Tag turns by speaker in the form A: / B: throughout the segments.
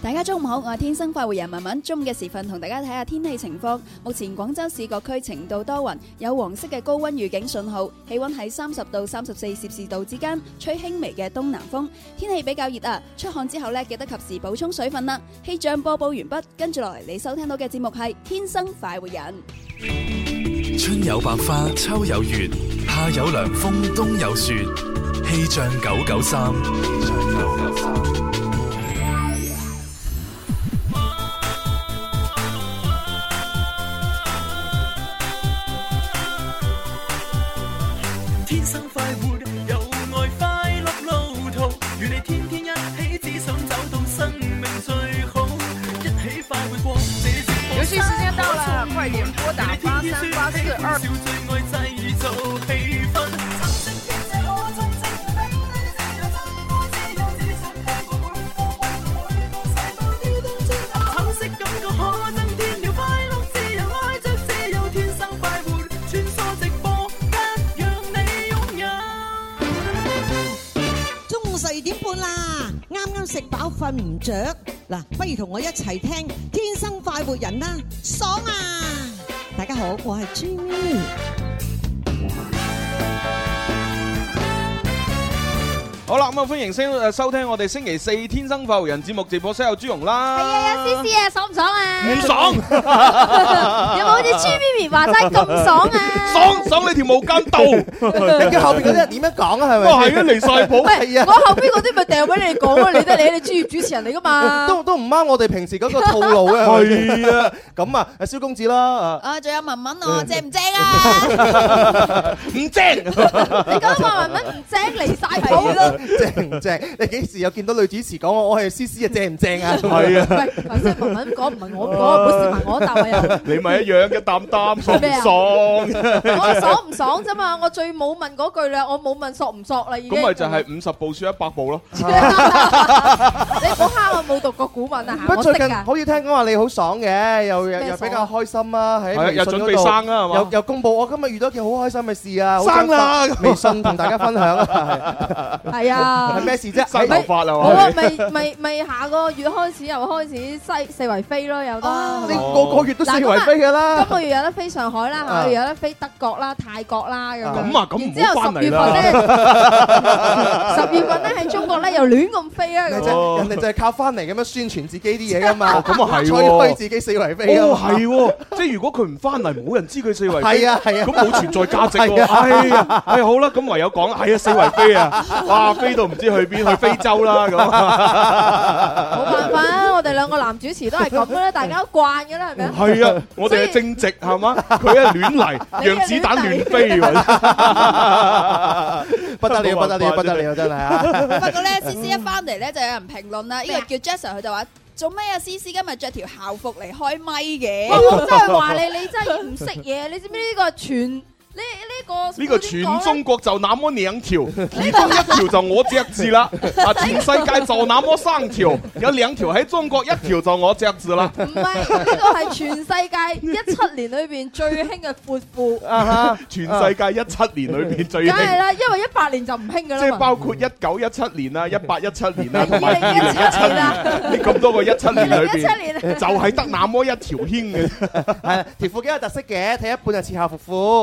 A: 大家中午好，我係天生快活人文文。中午嘅時分，同大家睇下天氣情況。目前廣州市各區晴到多雲，有黃色嘅高温預警信號，氣温喺三十到三十四攝氏度之間，吹輕微嘅東南風。天氣比較熱啊，出汗之後呢，記得及時補充水分啦。氣象播報完畢，跟住落嚟你收聽到嘅節目係《天生快活人》。
B: 春有百花，秋有月，夏有涼風，冬有雪。氣象九九三，
C: 天生快活，有愛快樂路途，與你天天一起，只想找到生命最好，一起快活過這直播。
D: 游戲時間到了，快點撥打八三八四二。
C: 最愛製造氣氛，橙色感覺可增添了快樂，自由愛着自由，天生快活，穿梭直播間，讓你擁有。
E: 中午十二點半啦，啱啱食飽瞓唔着，嗱，不如同我一齊聽《天生快活人》啦，爽啊！大家好，我係 Jimmy。
F: 好啦，咁啊，歡迎收誒收聽我哋星期四《天生快活人》節目直播室有朱容啦，
G: 思思啊，爽唔爽啊？
F: 唔爽，
G: 有冇好似朱咪咪話齋咁 爽啊？
F: 爽爽你條毛巾 度，
H: 你叫後邊嗰啲人點樣講啊？係咪？
F: 哇係啊離晒譜
H: 係啊
D: 我後邊嗰啲咪掉俾你講啊，你得你你專業主持人嚟 噶嘛？
H: 都都唔啱我哋平時嗰個套路嘅。
F: 係啊，
H: 咁啊，阿蕭公子啦，
A: 啊，仲有文 文我正唔正啊？
F: 唔正，
G: 你講話文文唔正離晒譜
H: 啊，正唔正？你幾時有見到女主持講我我係思思啊？正唔正啊？係啊，
D: 喂，頭先文文講唔係我講，唔好笑埋我答啊又。
F: 你咪一樣嘅淡淡爽
D: 咩啊
F: 爽，
D: 我爽唔爽啫嘛？我最冇問嗰句啦，我冇問索唔索啦已經。
F: 咁 咪就係五十步笑一百步咯，
D: 你唔好蝦我冇讀過古文啊！
H: 不過
D: 我
H: 最
D: 識
H: 近
D: 㗎。
H: 好似聽講話你好爽嘅，又又
D: 咩
H: 又比
D: 爽
H: 較
D: 啊
H: 開心啊！喺
F: 係啊
H: 微信
F: 又準備
H: 嗰度
F: 生啦係嘛
H: 又又公佈我今日遇到一件好開心嘅事啊！好
F: 生
H: 想
F: 啦
H: 發微信同大家分 享啊！
D: 係啊
H: 係。咩事啫？
F: 生頭髮啦
D: 好啊，
F: 嘛，
D: 咪咪咪下個月開始又開始西四圍飛咯，有
H: 你
D: 得。
H: 個個月都四圍飛㗎啦
D: 今！個月有得飛上海啦，下個月有得飛德國啦、泰國啦咁樣。
F: 咁啊咁唔
D: 然之後
F: 好翻
D: 十月
F: 嚟
D: 份
F: 啦，
D: 咧， 十月份咧喺中國咧又亂咁飛啊
H: 人
D: 咁樣。
H: 哋就人哋就係靠翻嚟咁樣宣傳自己啲嘢噶嘛，
F: 咁啊係
H: 吹
F: 喎
H: 開自己四圍飛啊
F: 哦
H: 嘛，
F: 係喎，即係如果佢唔翻嚟，冇人知佢四圍飛
H: 係啊 係啊
F: 咁冇存在價值
H: 係
F: 喎。
H: 啊
F: 哎呀，哎好啦，咁唯有講啦，係啊，四圍飛啊，哇，飛到唔知去邊，去非洲啦咁。
D: 冇辦法啊！我哋兩個男主持都係咁啦，大家都慣嘅啦，係咪啊？
F: 係啊，我哋係正直係嘛， 佢係亂嚟，
D: 你係
F: 讓子彈亂飛喎。
H: 不得了不得了不得了真係啊！
A: 不過咧，思思一翻嚟咧就有人評論啦，呢個叫 Jason，佢就話。做咩啊？思思今日着條校服嚟開咪嘅，
D: 我真係話你，你真係唔識嘢，你知唔知呢個全呢呢個
F: 呢個全中國就那麼兩條，其中一條就我隻 字啦。啊，全世界就那麼三條，有兩條喺中國，一條就我隻字啦。
D: 唔係 呢個係全世界一七年裏邊最興嘅闊 褲，
H: 啊哈
F: 全世界一七年裏邊最
D: 梗係
F: 興。
D: 啦，因為一八年就唔興
F: 即
D: 㗎啦
F: 係
D: 嘛。
F: 包括一九一七年啦、一八一七 年啦，同
D: 二
F: 埋
D: 零一七年啊，
F: 呢咁多個一七
D: 二
F: 年裏
D: 零一七
F: 邊，
D: 年
F: 就係得那麼一條牽嘅。
H: 係條褲幾有特色嘅，睇一半就似校服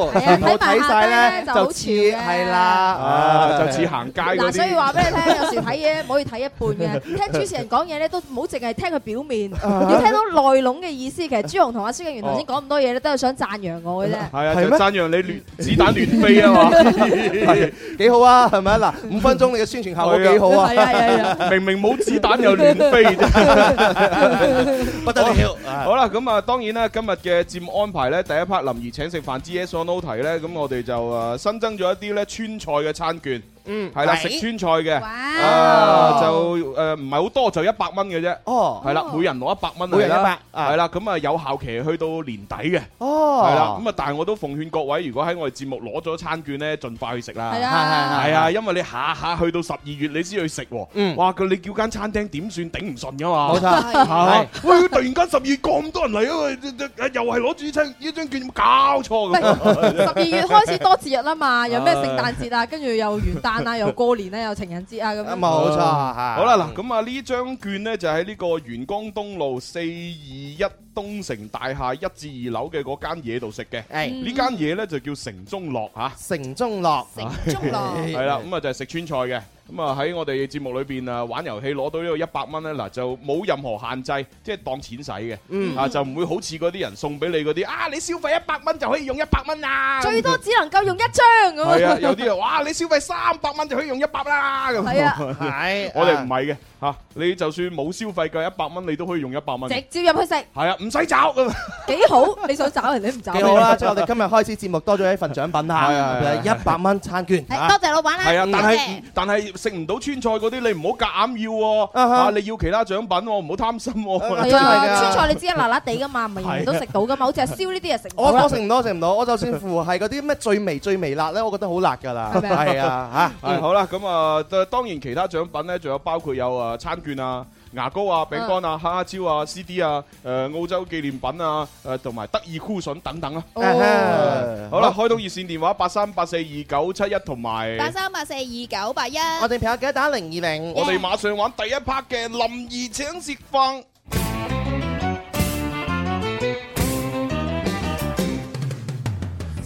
H: 褲，
D: 係啊
H: 全部睇晒咧
D: 睇埋下低咧就好
H: 就似
D: 潮嘅
H: 係啦，
F: 啊，就似行街嗰
D: 嗱，所以
F: 啲。
D: 話俾你聽，有時睇嘢唔可以睇一 半嘅，聽主持人講嘢咧都唔好淨係聽佢表面，
F: 啊
D: 要聽到內籠嘅意思。其實朱紅同阿蕭敬元
F: 哦
D: 頭先講咁多嘢咧，都係想讚揚我嘅啫。
F: 係啊，
H: 係
F: 就
H: 咩
F: 讚揚你亂子彈亂飛啊嘛！
H: 幾好啊，係咪啊？嗱，五分鐘你嘅宣傳效果幾好啊，
D: 係啊係啊，
F: 明明冇子彈又亂飛啫。
H: 不得了啊！
F: 好啦，咁啊，當然啦，今日嘅節目安排咧，第一 part 林怡請食飯之 Yes or No 題咧，咁我哋就誒新增咗一啲咧川菜嘅餐券，
H: 嗯
F: 係啦，
H: 係
F: 食川菜嘅。
G: 啊！
F: 啊，就誒唔係好多，就一百蚊嘅啫。
H: 哦
F: 係啦，每人攞一百蚊。
H: 每人100啊
F: 係啦，咁啊有效期去到年底嘅。
H: 哦，
F: 係啦，咁啊，但係我都奉勸各位，如果喺我哋節目攞咗餐券咧，盡快去食啦。
D: 係
H: 係
D: 啦，
F: 係啊，因為你下下去到十二月你先去食喎，
H: 嗯
F: 哇！佢你叫間餐廳點算頂唔順噶嘛？
H: 冇錯，
F: 係嘛，喂！突然間十二月咁多人嚟啊喂，這這又係攞住呢張呢張券，有冇搞錯咁。
D: 十二月開始多節日啦嘛，有咩聖誕節啊，跟住又元旦啊，又過年啊，又情人節啊咁樣。
H: 冇錯，
F: 好啦，嗱，咁啊呢張券呢，就喺呢個元江東路四二一東城大廈一至二樓嘅嗰間嘢度食嘅，
H: 係
D: 嗯
F: 呢間嘢呢，就叫城中樂嚇。
H: 城中樂，
A: 中 樂
H: 嗯
F: 系啦，咁啊就係食川菜嘅。咁啊喺我哋節目裏邊啊玩遊戲攞到呢個一百蚊咧，嗱就冇任何限制，即係當錢使嘅。
H: 嗯
F: 啊就唔會好似嗰啲人送俾你嗰啲啊，你消費一百蚊就可以用一百蚊啊啦。
D: 最多只能夠用一張咁樣
F: 係啊，有啲人哇，你消費三百蚊就可以用一百啦 咁。
D: 係啊，
H: 係
F: 我哋唔係嘅嚇，你就算冇消費夠一百蚊，你都可以用一百蚊。
D: 直接入去食
F: 係啊，唔使 找咁。
D: 幾好，你想找人你唔找。
H: 幾好啦，即係我哋今日開始節目多咗一份獎品啦，
F: 係係
H: 一百蚊餐券
I: 係多謝老闆啦。
F: 係啊，但
I: 多
F: 係
I: 謝
F: 但係食唔到川菜嗰啲，你唔好夾硬要喎。
H: 啊哈
F: 啊，你要其他獎品喎，唔好貪心 喎。
D: 係
H: 真係
D: 啊，
H: 㗎
D: 川菜你知啊，辣辣地噶嘛，唔係人人都食到噶嘛，好似係燒呢啲嘢食唔
H: 我
D: 到
H: 我
D: 啦。
H: 食唔到，食唔到。我就算乎係嗰啲咩最微最微辣咧，我覺得好辣㗎啦。
D: 係咪啊
H: 係啊，嚇
F: 係好啦，咁啊，呃當然其他獎品咧，仲有包括有啊餐券啊、牙膏啊、餅乾啊、蝦椒啊、CD 啊、誒澳洲紀念品啊、誒同埋得意箍筍等等啦。
I: 哦
H: 啊
F: 好啦，，開通熱線電話八三八四二九七一同埋。
A: 八三八四二九八一，
H: 我哋朋友記得打零二零。
F: 我哋馬上玩第一 part 嘅林兒請食飯。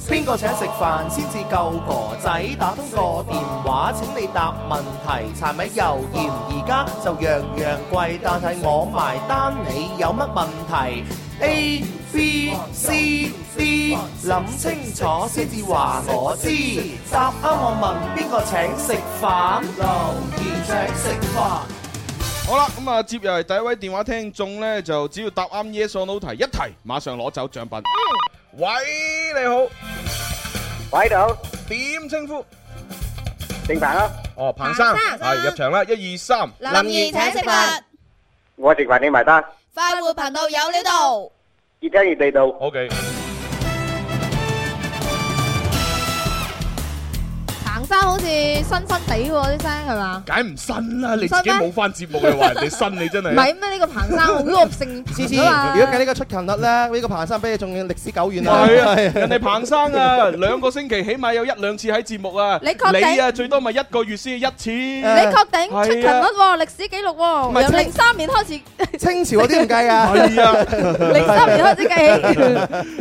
H: 邊個請食飯先至夠哥仔？打通個電話請你答問題，柴米油鹽而家就樣樣貴，但係我埋單，你有乜問題？A B C D，諗清楚先至話我知。答啱我問邊個請食飯？留言請食飯。
F: 好啦，咁啊接入嚟第一位電話聽眾呢，就只要答啱 yes or no 題一題，馬上攞走獎品。喂，你好，
J: 喂，你好，啊
F: 點稱呼？
J: 正凡啦，
F: 哦，彭生，
I: 彭生
F: 係入場啦，一二三。
A: 林怡請食飯，
J: 我食飯你埋單，
A: 快活頻道有呢度。
J: 越聽越地道。
F: O K。
D: 行山好似新新地喎啲聲係嘛？
F: 梗唔新啊啦，你自
D: 新
F: 己
D: 咩
F: 冇翻節目你話人哋新，你真
D: 唔
F: 係。
D: 係咩？呢個彭生好多姓
H: 思思，
D: 彭
H: 如
D: 啊嘛。
H: 果計呢個出勤率咧，呢個彭生比你仲要歷史久遠啊！
F: 係 啊，人哋彭生啊，兩個星期起碼有一兩次喺節目啊。
D: 你確定
F: 你啊，最多咪一個月先一次。
D: 你確定
F: 係啊
D: 出勤率喎，歷史記錄
H: 係
D: 喎，由
H: 清
D: 零三年開始，
H: 清朝嗰啲唔 計啊。
F: 係啊，
D: 零三年開始計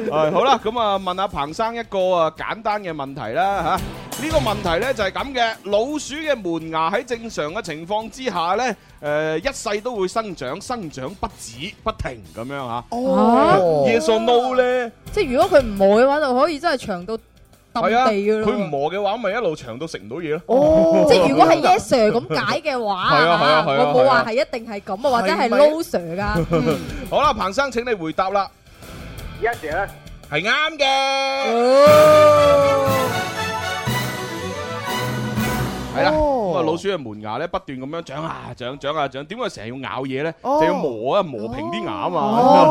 D: 起。
F: 誒好啦，咁啊問下彭生一個啊簡單嘅問題啦嚇。呢個問題呢就係咁嘅，老鼠嘅門牙喺正常嘅情況之下呢，誒一世都會生長，生長不止，不停咁樣嚇。Yes or no 呢？
D: 即係如果佢唔磨嘅話，就可以真係長到
F: 係啊，
D: 揼地噶咯。
F: 佢唔，磨嘅話，咪一路長到食唔到嘢咯。
H: 哦
D: 即係如果係 yes sir 咁解嘅話，
F: 係啊係啊係啊
D: 我冇話係一定係咁啊，或者係
F: 係咪
D: no sir 噶。
F: 好啦，彭生請你回答啦，
J: 一時咧，
F: 係啱嘅。
A: 哦哦
F: 係啦，咁啊老鼠嘅門牙咧不斷咁樣長啊長長啊長，點解成日要咬嘢咧？
H: 哦
F: 就要磨啊磨平啲牙啊
H: 哦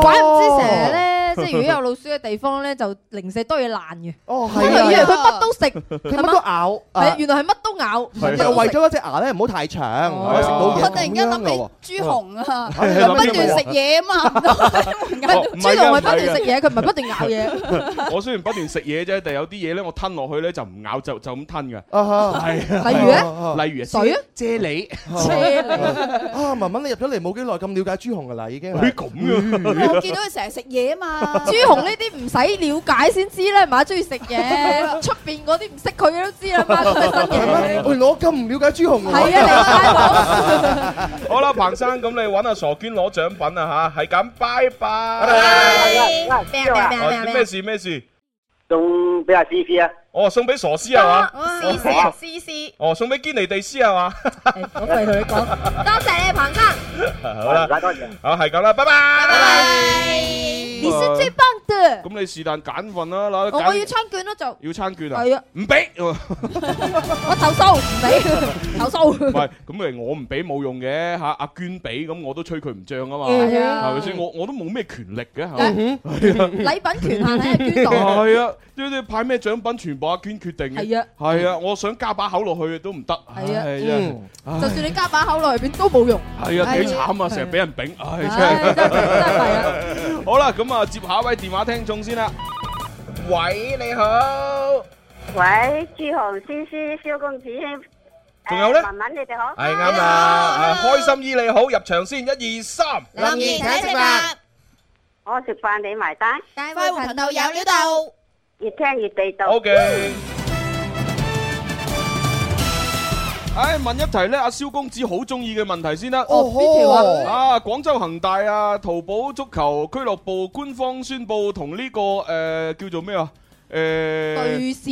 F: 嘛。
D: 怪唔知成日咧，即係如果有老鼠嘅地方咧，就零舍多嘢爛嘅。
H: 哦，
D: 我以
H: 係
D: 為
H: 啊，
D: 佢乜都食，
H: 佢乜都咬，
D: 係
H: 啊
D: 原來係乜都咬，唔係乜
H: 又
D: 都
H: 為
D: 食。
H: 咗嗰隻牙咧唔好太長，
D: 哦
H: 唔可以食到
A: 我
H: 嘢。
A: 突然間
H: 咁樣嘅
A: 諗
H: 喎
A: 起朱紅啊，
H: 啊你
A: 不
H: 諗
A: 斷
H: 起我
A: 食嘢啊嘛，唔
F: 哦唔
D: 豬
F: 係㗎
D: 龍係不
F: 唔
D: 斷
F: 係
D: 食
F: 㗎
D: 嘢，佢唔係不斷咬嘢。
F: 我雖然不斷食嘢啫，但有啲嘢咧我吞落去咧就唔咬就就咁 吞嘅。
H: 啊哈
F: 係
D: 例如
H: Ờ.
D: 咧，
H: 啊
F: 啊，例如
D: 水啊，
F: 啫喱，
D: 車嚟。
H: 啊，文文你入咗嚟冇幾耐，咁了解朱紅噶啦，已經係。
F: 佢咁嘅。
A: 我見到佢成日食嘢啊 嘛。
D: 朱紅呢啲唔使了解先知啦，係咪？中意食嘢，出邊嗰啲唔識佢都知啦嘛，都係新
H: 係咩？
D: 嘢。
H: 喂，我咁唔了解朱紅㗎喎
D: 係啊，
F: 好啦，彭生，咁你揾阿傻娟攞獎品啊吓，係咁，拜拜。
J: 啱
I: 咩啊咩啊咩啊
F: 哦
I: 咩啊
F: 咩事咩事？
J: 送俾阿思思啊，
F: 哦，送俾傻師係嘛？
I: 試試試試，
F: 哦，送俾堅尼地師係嘛？
D: 你拉我，我費同你講。
I: 多謝你彭生，
F: 好
J: 唔
F: 啦，
J: 該多謝。
F: 好係咁啦，拜拜。
I: 你是最棒
D: 得。
F: 咁你是但揀份啦，嗱，
D: 我
F: 揀
D: 我要餐券咯，就
F: 要餐券啊，
D: 係啊，
F: 唔俾，唔
D: 我投訴唔俾，投訴。
F: 係咁咪我唔俾冇用嘅嚇，阿娟俾咁我都吹佢唔漲啊嘛，
D: 嗯
F: 係
D: 係啊
F: 咪先？我我都冇咩權力嘅係
D: 嗯
F: 咪？
D: 禮品權限喺阿娟度，
F: 係啊，即係派咩獎品全部阿娟決定嘅。
D: 係啊，
F: 係啊，我想加把口落去都唔得。
D: 係啊
F: 唉真係
H: 嗯，
F: 唉
D: 就算你加把口落去邊都冇用，
F: 係啊，幾
D: 係
F: 慘啊，成日俾人丙，唉真係。
D: 唉真係真係弊啊！
F: 好啦，咁啊，接下一位電話聽眾先啦。喂，你好。
J: 喂，朱豪先生、萧公子兄，
F: 仲有呢
J: 誒文文你哋好，
F: 系啱啦，誒開心姨你好，入場先，一二三。
J: 我食飯你埋單，
K: 大
D: 快活頻道有料到。
J: 越聽越地道。
F: O K。唉，問一題咧，阿蕭公子好中意嘅問題先啦。
D: 哦邊條啊
F: 啊，廣州恒大啊，淘寶足球俱樂部官方宣布同呢個誒叫做咩啊？誒。
D: 巨史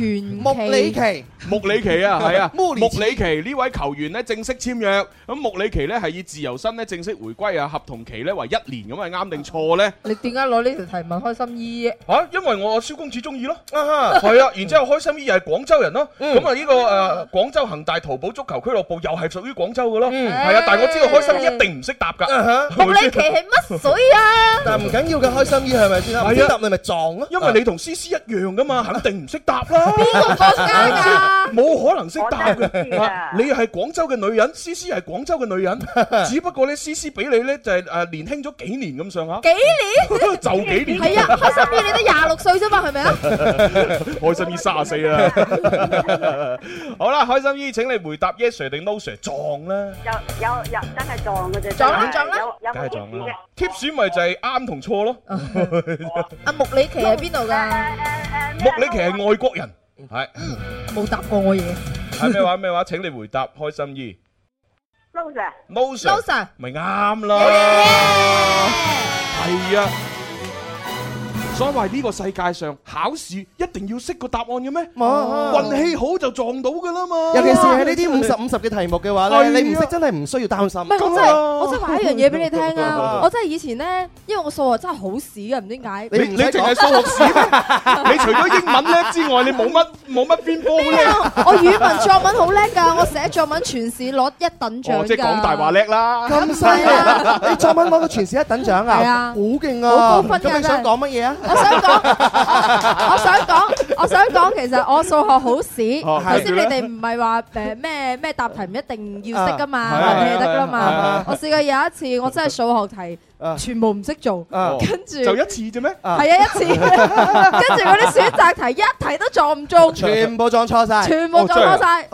D: 傳
H: 穆里
D: 奇，
H: 奇
F: 穆里奇啊，係啊，穆
H: 穆
F: 里
H: 里奇
F: 奇呢位球員咧正式簽約，咁穆里奇咧係以自由身咧正式回歸啊，合同期咧為一年，咁係啱定錯咧？
D: 你點解攞呢條題問開心姨嘅？
F: 啊，因為我蕭公子中意咯，係啊，然之後開心姨又係廣州人咯，
H: 嗯
F: 咁啊呢個誒廣州恒大淘寶足球俱樂部又係屬於廣州嘅咯，
H: 嗯啊
F: 係啊，但係我知道開心姨一定唔識答㗎，係
K: 木里
F: 咪先
K: 奇係乜水啊？
H: 但唔緊要嘅，開心啲係咪先啊？唔
F: 係
H: 知
F: 啊
H: 答你咪撞咯，
F: 因為你同思思一樣㗎嘛，肯定唔識答啦，
D: 邊個國家㗎？
F: 冇可能識答
J: 我真係唔知
F: 嘅。
J: 啊
F: 啊你係廣州嘅女人，思思係廣州嘅女人，只不過咧思思比你咧就係誒年輕咗幾年咁上下，
D: 幾年？
F: 就幾年。
D: 係啊，開心姨你都廿六歲啫嘛，係咪啊？
F: 開心姨三十四 啦。好啦，開心姨請你回答 yes sir 定 no sir 撞啦。
J: 有有有，真係撞嘅啫，
D: 撞啦
J: 真係
D: 撞啦
J: 有有
F: 梗係
J: 冇貼
F: 撞
J: 士嘅
F: 啦。tips 咪就係啱同錯咯。
D: 阿穆里奇喺邊度
J: Ờ,
D: 㗎？
F: 穆里奇係外國人，係
D: 冇答過我嘢。
F: 係 咩話咩話？請你回答開心姨
J: Rose 啊
F: no
D: No
F: sir
D: sir，
F: 咪啱
H: Oh,
F: 啦。係啊。所謂呢個世界上考試一定要識個答案嘅咩？
H: 冇。
F: 運氣好就撞到噶啦嘛。
H: 尤其是 係呢啲五十五十嘅題目嘅話
F: 係啊
H: 咧，你唔識真係唔需要擔心。
D: 唔係我真
H: 咁啊
D: 係我真係話一樣嘢俾你聽啊！我真係以前咧，因為我數學真係好屎啊，唔知點解。
F: 你
H: 你
F: 你
H: 唔
F: 淨
H: 使
F: 係數學史咩？你除咗英文叻之外，你冇乜冇乜邊科
D: 咩
F: 叻？
D: 啊我語文作文好叻㗎，我寫作文全市攞一等獎
F: 哦，
D: 㗎。啊
F: 即係講大話叻 啦。
H: 咁犀利！你作文攞到全市一等獎
D: 係
H: 啊，
D: 啊
H: 好勁啊！
D: 好高分㗎
H: 咁你想
D: 真係
H: 講乜嘢啊？
D: 我想講，我想講，我想講，其實我數學好屎。
F: 哦
D: 頭
F: 係
D: 先你哋唔係話誒咩咩答題唔一定要識噶嘛，
F: 啊
D: 問你得啦
F: 係啊係啊
D: 嘛。我試過有一次，我真係數學題
H: 啊
D: 全部唔識做，
H: 啊
D: 跟住
F: 哦就一
D: 係
F: 次啫咩？
H: 啊
D: 啊一次， 跟住嗰啲選擇題一題都撞唔中，
H: 全部撞錯晒。
D: 全部撞
F: 啊
D: 多晒。
H: 哦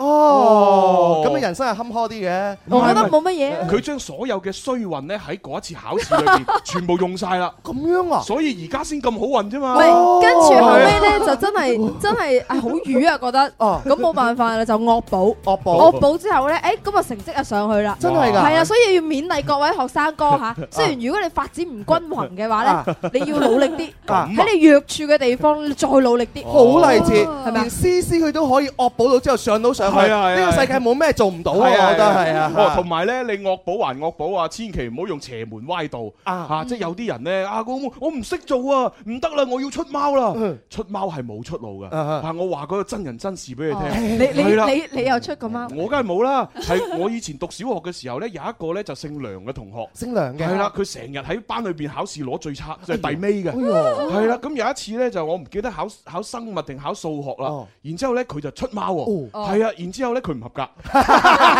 F: 哦，
H: 咁你人生係坎坷啲嘅。
D: 我覺得冇乜嘢。
F: 佢將所有嘅衰運咧喺嗰一次考試裏邊全部用晒啦，
H: 咁樣啊？
F: 所以而家先咁好運啫
D: 唔係
F: 嘛。
D: 跟住後尾咧就真係真係啊好瘀啊，覺得
H: 哦
D: 咁冇辦法啦，就惡補。
H: 惡
D: 惡
H: 補，
D: 補之後咧，誒咁啊成績啊上去啦。
H: 真係㗎。
D: 係啊，所以要勉勵各位學生哥嚇。雖然如果你發展唔均衡嘅話咧，你要努力啲，
H: 啊
D: 喺你弱處嘅地方再努力啲。
H: 好勵志，
D: 係咪啊
H: 連思思佢都可以惡補到之後上到上去，
F: 係啊係啊
H: 呢個世界冇咩做唔到啊！我覺得係
F: 哦，同
H: 啊，
F: 埋咧，你惡補還惡補啊，千祈唔好用邪門歪道
H: 啊
F: 啊！即係有啲人咧啊，我我唔識做啊，唔得啦，我要出貓啦
H: 嗯！
F: 出貓係冇出路噶。
H: 啊
F: 啊，我話嗰個真人真事俾你
D: 哦
F: 聽。
D: 你你
F: 係啦
D: 你你又出咁啱，
F: 我梗係冇啦，係我以前讀小學嘅時候呢，有一個呢就姓梁嘅同學，
H: 姓梁嘅
F: 係啦，，佢成日喺班裏邊考試攞最差，就係第尾
H: 哎
F: 嘅。
H: 呦，
F: 係啦，咁有一次呢，就我唔記得考考生物定考數學啦
H: 哦，
F: 然之後咧佢就出貓喎，
D: 哦
F: 係啊，然之後咧佢唔合格，
D: 且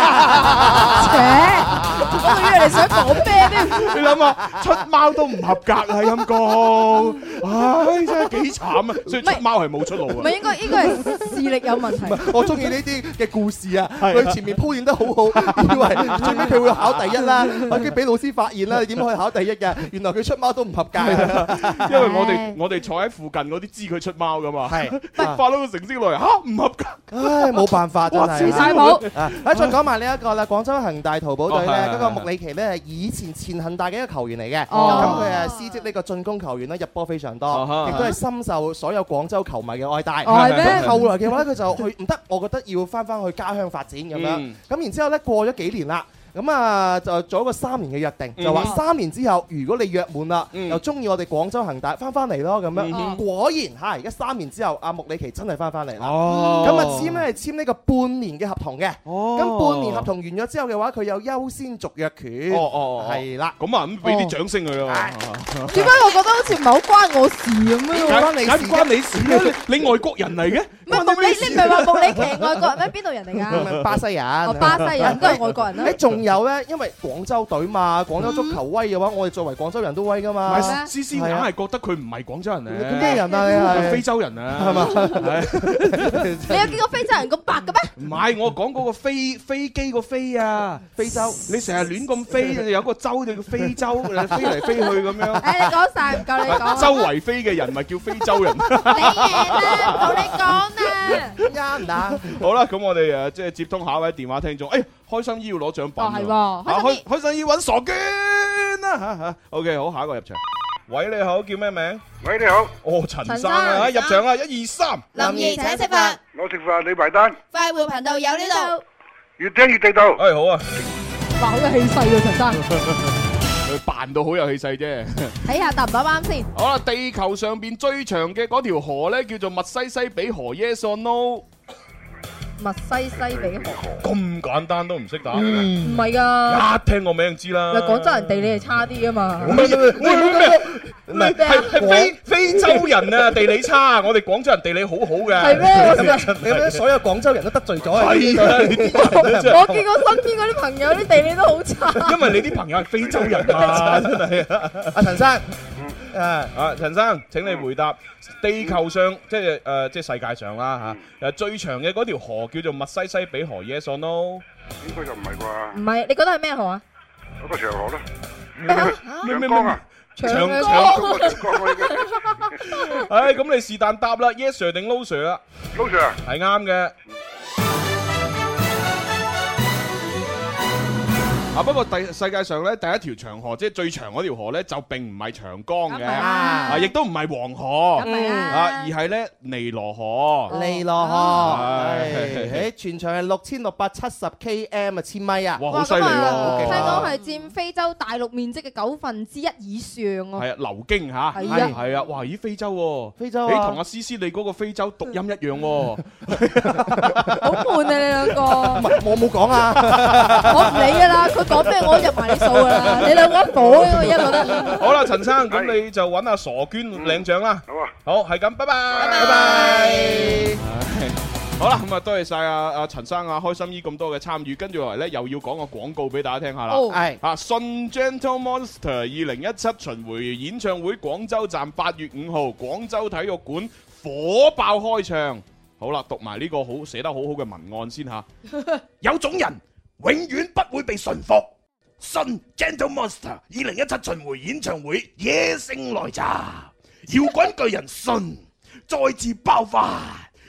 D: 我以為你想講咩咧？
F: 你諗下出貓都唔合格啊，陰公，唉真係幾慘啊，所以
D: 唔係
F: 出貓係冇出路
D: 唔
F: 啊
D: 係。應該應該係視力有問題。
H: 我中意呢啲嘅故事啊！
F: 係啊
H: 佢前面鋪墊得好 好，以為最尾佢會考第一啦， 跟住俾老師發現啦，你點可以考第一嘅？原來佢出貓都唔合格啊！
F: 因為我哋
D: 唉
F: 我哋坐喺附近嗰啲知佢出貓噶嘛，
H: 係
F: 發到個成績落嚟嚇唔合格，
H: 唉，冇辦法真
F: 哇黐
H: 係
F: 線
H: 啊。
D: 太好，
H: 啊！啊，再講埋呢一個啦，廣州恒大淘寶隊咧，
F: 哦係
H: 嗰個
F: 係係
H: 穆里奇咧係以前前恒大嘅一個球員嚟嘅，咁
D: 哦
H: 佢係呃司職呢個進攻球員啦，入波非常
F: 啊哈
H: 多，亦都係深受所有廣州球迷嘅愛戴。
D: 哦係咩
H: 咁後來嘅話咧，佢就去唔得，我覺得要翻翻去家鄉發展咁樣
F: 嗯。
H: 咁然之後咧，過咗幾年啦。咁啊就做一個三年嘅約定，就話
F: 嗯
H: 三年之後如果你約滿啦，又中意我哋廣州恒大，翻翻嚟咯咁
F: 嗯
H: 樣。果然嚇，而家三年之後，阿穆里奇真係翻翻嚟啦。
F: 哦
H: 咁啊簽咧係簽呢個半年嘅合同嘅。咁半年合同完咗之後嘅話，佢有優先續約權。
F: 哦哦，
H: 係啦，
F: 咁啊咁俾啲掌聲佢啊啦。
H: 哦
D: 點解我覺得好似唔係好關我事咁樣？
F: 關你事，關你事啊你你外國人嚟嘅，
D: 唔係穆里，你唔係話穆里奇係外國人咩？邊度人嚟 㗎？
H: 巴西人。
D: 哦，巴西人都係外國人啦
H: 誒，。仲有咧，因為廣州隊嘛，廣州足球威嘅話，我哋作為廣州人都威噶嘛。
F: 咪思思硬
H: 係啊
F: 係覺得佢唔係廣州人咧，
H: 咁咩人啊你係
F: 非洲人啊，
H: 係嘛
F: 係
D: 你有見過非洲人咁白嘅 咩？
F: 唔係，我講嗰個飛飛機個飛啊，
H: 非洲，
F: 你成日亂咁飛，有個洲就叫非洲，你飛嚟飛去咁樣。
D: 誒，哎你講晒唔夠你 講。
F: 周圍飛嘅人咪叫非洲 人。
H: 啱啊！
F: 好啦，咁我哋誒即係接通下一位電話聽眾。哎，開心醫要攞獎品 À,
D: 哦係喎
F: 啊
D: 開心
F: 開開心醫揾傻娟啦嚇嚇。OK，好，下一個入場。喂，你好，叫咩名？
A: 喂，你好。
F: 哦，陳
A: 陳
F: 生啊，
A: 生
F: 入場啊，一二三。
A: 林兒請食飯。
D: 哇，好有氣
F: 哎，好啊，
D: 勢喎，陳生。
F: 佢扮到好有氣勢啫。
D: 睇下答唔答啱先。
F: 好啦，地球上邊最長嘅嗰條河咧，叫做密西西比河。Yes or no？
D: 密西西比河
F: 咁簡單都唔識打，
D: 唔係 㗎，
F: 一聽個名就知啦。
D: 嗯嗱廣州人地理係差啲啊嘛。
F: 喂喂 喂咩？唔係
D: 咩啊
F: 係係非非洲人啊，地理差，我哋廣州人地理好好嘅。
D: 係咩我
H: 真係你咁樣所有廣州人都得罪咗啊
F: 係啊你啲人真係
D: 我見過身邊嗰啲朋友啲地理都好差。
F: 因為你啲朋友係非洲人 啊，真係啊！
H: 阿陳生，
F: 啊，陳生，請你回答地球上即係誒、呃即係世界上啦嚇誒最長嘅嗰條河叫做密西西比河，yes or no？
D: 唔係，你覺得係咩河啊？
F: 咩咩咩？啊長啊
D: 長江
F: 長唉，咁你是但答啦，yes sir 定 no sir 啦係啱嘅。啊！不過第世界上咧第一條長河，即係最長嗰條河咧，就並唔係長江嘅，啊，亦都唔係黃河，啊，而係咧尼羅河。
H: 利羅河，
F: 唉
H: 誒全長係六千六百七十 km 啊，千米啊！
F: 哇好犀利喎好
D: 聽
F: 勁啊
D: 講係佔非洲大陸面積嘅九分之一以上喎。
F: 係啊，流經嚇，
D: 係啊
F: 係啊，哇！咦，非洲喎，
H: 非洲啊
F: 你同阿思思你嗰個非洲讀音一樣喎，
D: 好悶啊！你兩 個，
H: 我冇講啊，
D: 我唔理㗎啦。佢講咩我入埋你數㗎 啦。你兩個一火嘅，我而家覺得。
F: 好啦，陳生，咁你就揾阿傻娟領獎啦。
A: 好啊，
F: 好，係咁，拜拜，拜拜。好啦，咁啊，多謝晒阿阿陳生啊，開心姨咁多嘅參與，跟住落嚟咧，又要講個廣告俾大家聽下啦。
D: 哦
H: 係
F: 啊，信 Gentle Monster 二零一七巡迴演唱會廣州站八月五號廣州體育館火爆開唱。好啦，讀埋呢個好寫得好好嘅文案先吓。
L: 有種人永遠不會被馴服。信 Gentle Monster 二零一七巡迴演唱會野性來襲，搖滾巨人信再次爆發，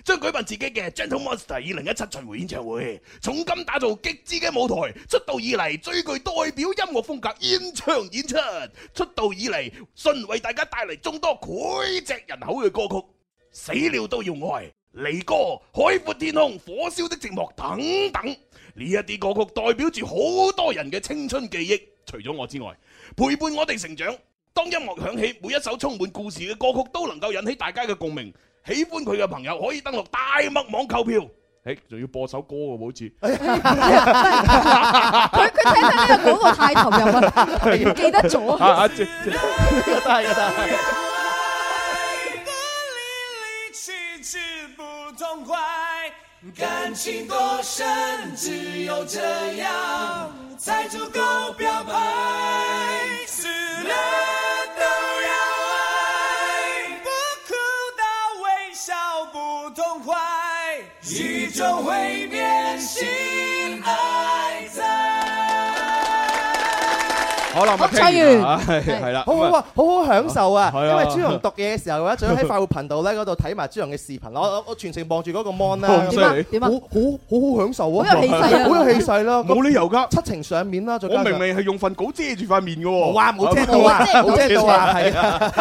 L: 將舉辦自己嘅 Gentle Monster 二零一七巡迴演唱會，重金打造極致嘅舞台，出道以嚟最具代表音樂風格現場演出，出道以嚟信為大家帶嚟眾多膾炙人口嘅歌曲。死了都要愛、離歌、海闊天空、火燒的寂寞等等，呢一啲歌曲代表住好多人嘅青春記憶，除咗我之外，陪伴我哋成長。當音樂響起，每一首充滿故事嘅歌曲都能夠引起大家嘅共鳴。喜歡佢嘅朋友可以登錄大麥網購票。
F: 誒，仲要播首歌喎，好似。
D: 佢佢睇睇呢個廣告太投入啦， 記得 咗
F: 啊啊！即即
H: 得係得係。
C: 理智不痛快，感情多深，只有这样才足够表白。死了都要爱，不哭到微笑不痛快，宇宙会变心爱在。
F: 好啦，咁啊
D: 我唱完
F: 聽係係啦，
H: 好好啊，好好享受啊！
F: 係
H: 因
F: 啊
H: 為朱紅讀嘢嘅時候嘅話，仲要喺快活頻道咧嗰度睇埋朱紅嘅視頻，我我我全程望住嗰個 mon 啦，
F: 咁犀利
D: 點
H: 好
D: 啊
H: 好好好享受啊！
D: 好有氣勢啊
H: 好有氣勢啦！
F: 冇理由㗎。
H: 七情上面啦，再
F: 我
H: 加
F: 明
H: 上
F: 明係用份稿遮住塊面嘅喎。
H: 冇啊，冇遮到啊， 冇遮到啊，係啊，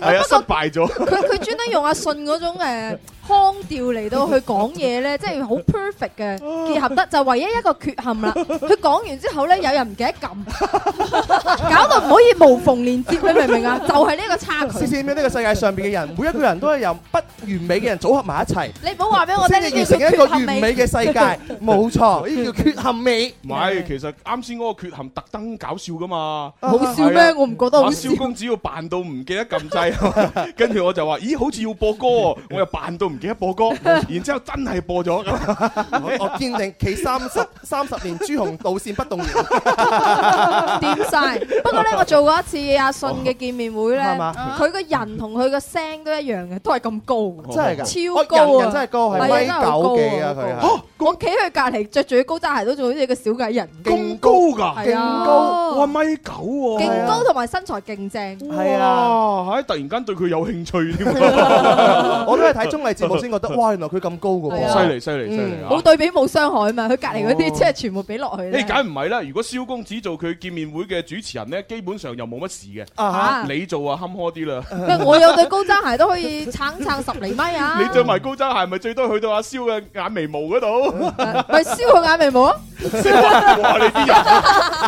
F: 係啊，失敗 咗。
D: 佢佢專登用阿信嗰種誒腔調嚟到去講嘢咧，即係好 perfect 嘅結合得，就唯一一個缺陷啦。佢講完之後咧，有人唔記得撳， 搞到唔可以無縫連接，你明唔明啊？就係呢個差距。
M: 試試呢個世界上邊嘅人，每一個人都係由不完美嘅人組合埋一齊，
D: 你唔好話俾我聽，
M: 先
D: 哦呢
M: 至
D: 啲
M: 形
D: 叫
M: 成
D: 缺
M: 一個
D: 陷
M: 完美嘅世界。冇錯，呢叫缺陷美。
F: 唔係，其實啱先嗰個缺陷特登搞笑噶嘛，
D: 好笑咩
F: 係啊
D: 我唔覺得好
F: 阿
D: 笑
F: 蕭公子要扮到唔記得撳掣， 跟住我就話：咦，好似要播歌喎，我又扮到唔記得播歌，然之後真係播咗。
M: 我
H: 哦
M: 我堅定企三十三十年朱紅路線不動搖。
D: 掂晒。不過咧，我做過一次阿信嘅見面會咧，
M: 係嘛
D: 佢個人同佢個聲都一樣嘅，都係咁高，
M: 真係㗎
D: 超高
M: 哦人
D: 啊！
M: 人真係高係
D: 啊
M: 米
D: 真係好高
M: 九幾啊佢係
D: 好高我企佢隔離，着住啲高踭鞋都仲好似個小矮人，
F: 咁高㗎，
D: 係啊
F: 勁高，哇米九喎，啊
D: 勁高同埋身材勁正，
M: 係啊
F: 哇！喺突然間對佢有興趣添，啊
M: 我都係睇綜藝節目先覺得，哇！原來佢咁高嘅
F: 係
M: 喎，
F: 啊 犀利犀利犀利啊
D: 冇對比冇傷害啊嘛！佢隔離嗰啲即係全部俾落去
F: 你
D: 咧。
F: 梗唔係啦！如果蕭公子做佢見面會嘅主持人咧，基本上又冇乜事嘅。
M: À
D: 啊
F: 你做啊，坎坷啲啦。
D: 喂我有對高踭鞋都可以撐撐十厘米啊！
F: 你着埋高踭鞋，咪最多去到阿蕭嘅眼眉毛嗰度。
D: 咪燒佢眼眉毛啊！
F: 哇！你啲人，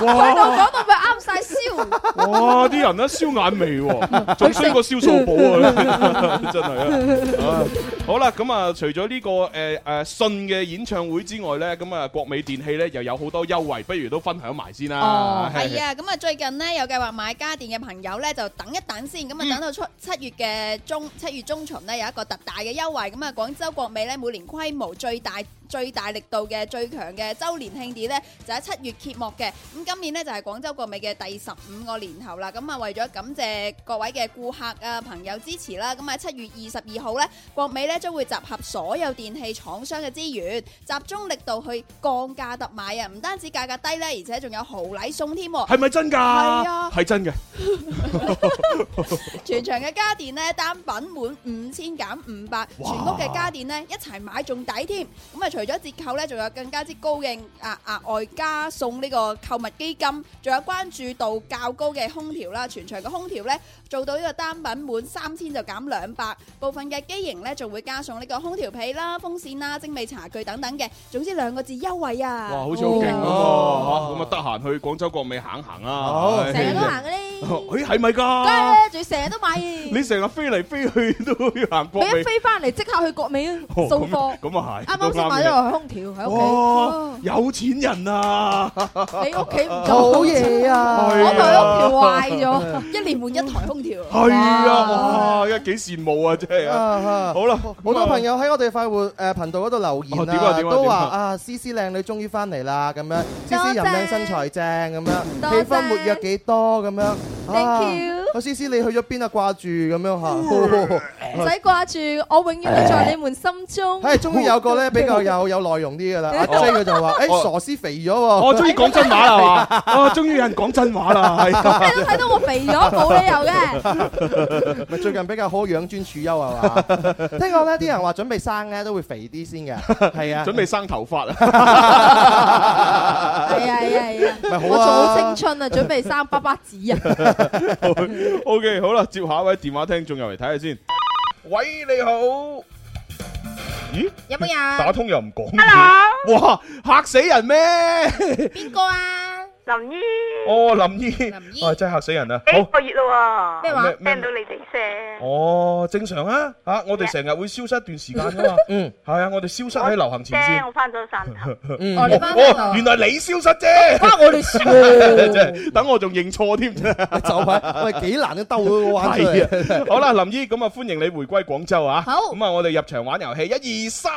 D: 佢度
F: 哇
D: 講到咪啱晒燒。
F: 哇！啲人咧燒眼眉喎， 仲衰過燒數簿啊！ 真係啊！啊好啦，咁啊，除咗呢個誒誒信嘅演唱會之外咧，咁啊國美電器咧又有好多優惠，不如都分享埋先啦。
A: 係啊，咁啊最近呢，有計劃買家電嘅朋友呢，就等一等先，咁啊等到出七月嘅中七月中旬呢，有一個特大嘅優惠，咁啊廣州國美呢，每年規模最大。最大力度嘅最強嘅周年慶典呢，就喺七月揭幕嘅。咁今年呢，就係廣州國美嘅第十五個年頭啦。咁啊，為咗感謝各位嘅顧客啊朋友支持啦，咁喺七月二十二號呢，國美呢將會集合所有電器廠商嘅資源，集中力度去降價特賣啊！唔單止價格低呢，而且仲有豪禮送添喎。
F: 係咪真㗎？
A: 係啊！
F: 係真嘅。
A: 全場嘅家電咧單品滿五千減五百，全屋嘅家電咧一齊買仲抵添。咁啊，除咗折扣咧，仲有更加之高嘅啊額外加送呢個購物基金，仲有關注度較高嘅空調啦。全場嘅空調咧做到呢個單品滿三千就減兩百，部分嘅機型咧仲會加送呢個空調被啦、風扇啦、精美茶具等等嘅。總之兩個字優惠啊！
F: 哇，好似好勁咁喎嚇咁啊，得閒去廣州國美行行啊！
D: 成日都行嘅
F: 嘅
D: 咧，
F: 咦係咪
D: 梗係
F: 㗎？
D: 啦，仲要成日都買嘢。
F: 你成日飛嚟飛 去都要行國
D: 你
F: 美
D: 一，飛翻嚟即刻去國美啊，
F: 哦
D: 掃貨
F: 咁。咁啊係，
D: 啱啱先
F: 都
D: 買
F: 嘅
D: 咗個空調喺屋
F: 哇！有錢人啊！
D: 企，你屋企唔夠
F: 好
M: 嘢啊
D: 我台空調壞
F: 係
D: 咗
F: 啊，
D: 一年換一台空調。
F: 係啊，哇！一幾羨慕啊，真係
M: À
H: Ờ.
F: 啊！好啦，
M: 好多朋友喺我哋快活誒頻道嗰度留
F: 哦
M: 言
F: 點啊
M: 啊，
F: 點啊
M: 都
F: 點
M: 話
F: 啊
M: 啊思思靚女終於翻嚟啦，咁樣思思
D: 多
M: 人靚
D: 謝
M: 身材正咁樣，
D: 多
M: 氣氛
D: 謝
M: 活躍幾多咁樣。啊
D: Thank you
M: 阿思思你去咗邊啊？掛住咁樣嚇。
D: 唔使掛住，我永遠都在你們心中。
M: 係，終於有個咧比較 有有內容啲嘅啦。阿 J 佢就話：誒傻師肥咗喎。
F: 我中意講真話啦係嘛，啊，終於有人講真話啦， 係。
D: 你都睇到我肥咗，冇理由嘅。
M: 咪最近比較好養尊處優係嘛？ 聽講咧啲人話準備生咧都會肥啲先嘅，係啊，
F: 準備生頭髮啊！
D: 係啊係啊係啊，
M: 咪好啊
D: 我仲好青春啊，準備生巴巴子啊。
F: O K，好啦，接下一位電話聽眾入嚟睇下先。喂，你好。咦？
A: 有冇人
F: 打通又唔講嘢。哇！嚇死人咩？
A: 邊個啊？
J: 林姨，
F: 哦，林姨，哇！真係嚇死人啊！
J: 幾
F: 好。
J: 個月咯喎，
F: 咩話
J: 聽到你哋聲，
F: 哦，正常啊，嚇！我哋成日會消失一段時間噶嘛。嗯。係啊，我哋消失喺流行前線
J: 聲。我翻咗汕 頭，
F: 嗯
J: 哦你翻返
F: 哦
J: 嚟
F: 原來你消失啫，
D: 關 我哋事
M: 啊
F: 真係等我仲認錯添，就係
M: 係喂幾難都兜到個彎出嚟
F: 係啊！好啦，林姨，咁啊，歡迎你回歸廣州啊！
J: 好
F: 咁啊，我哋入場玩遊戲，一二三，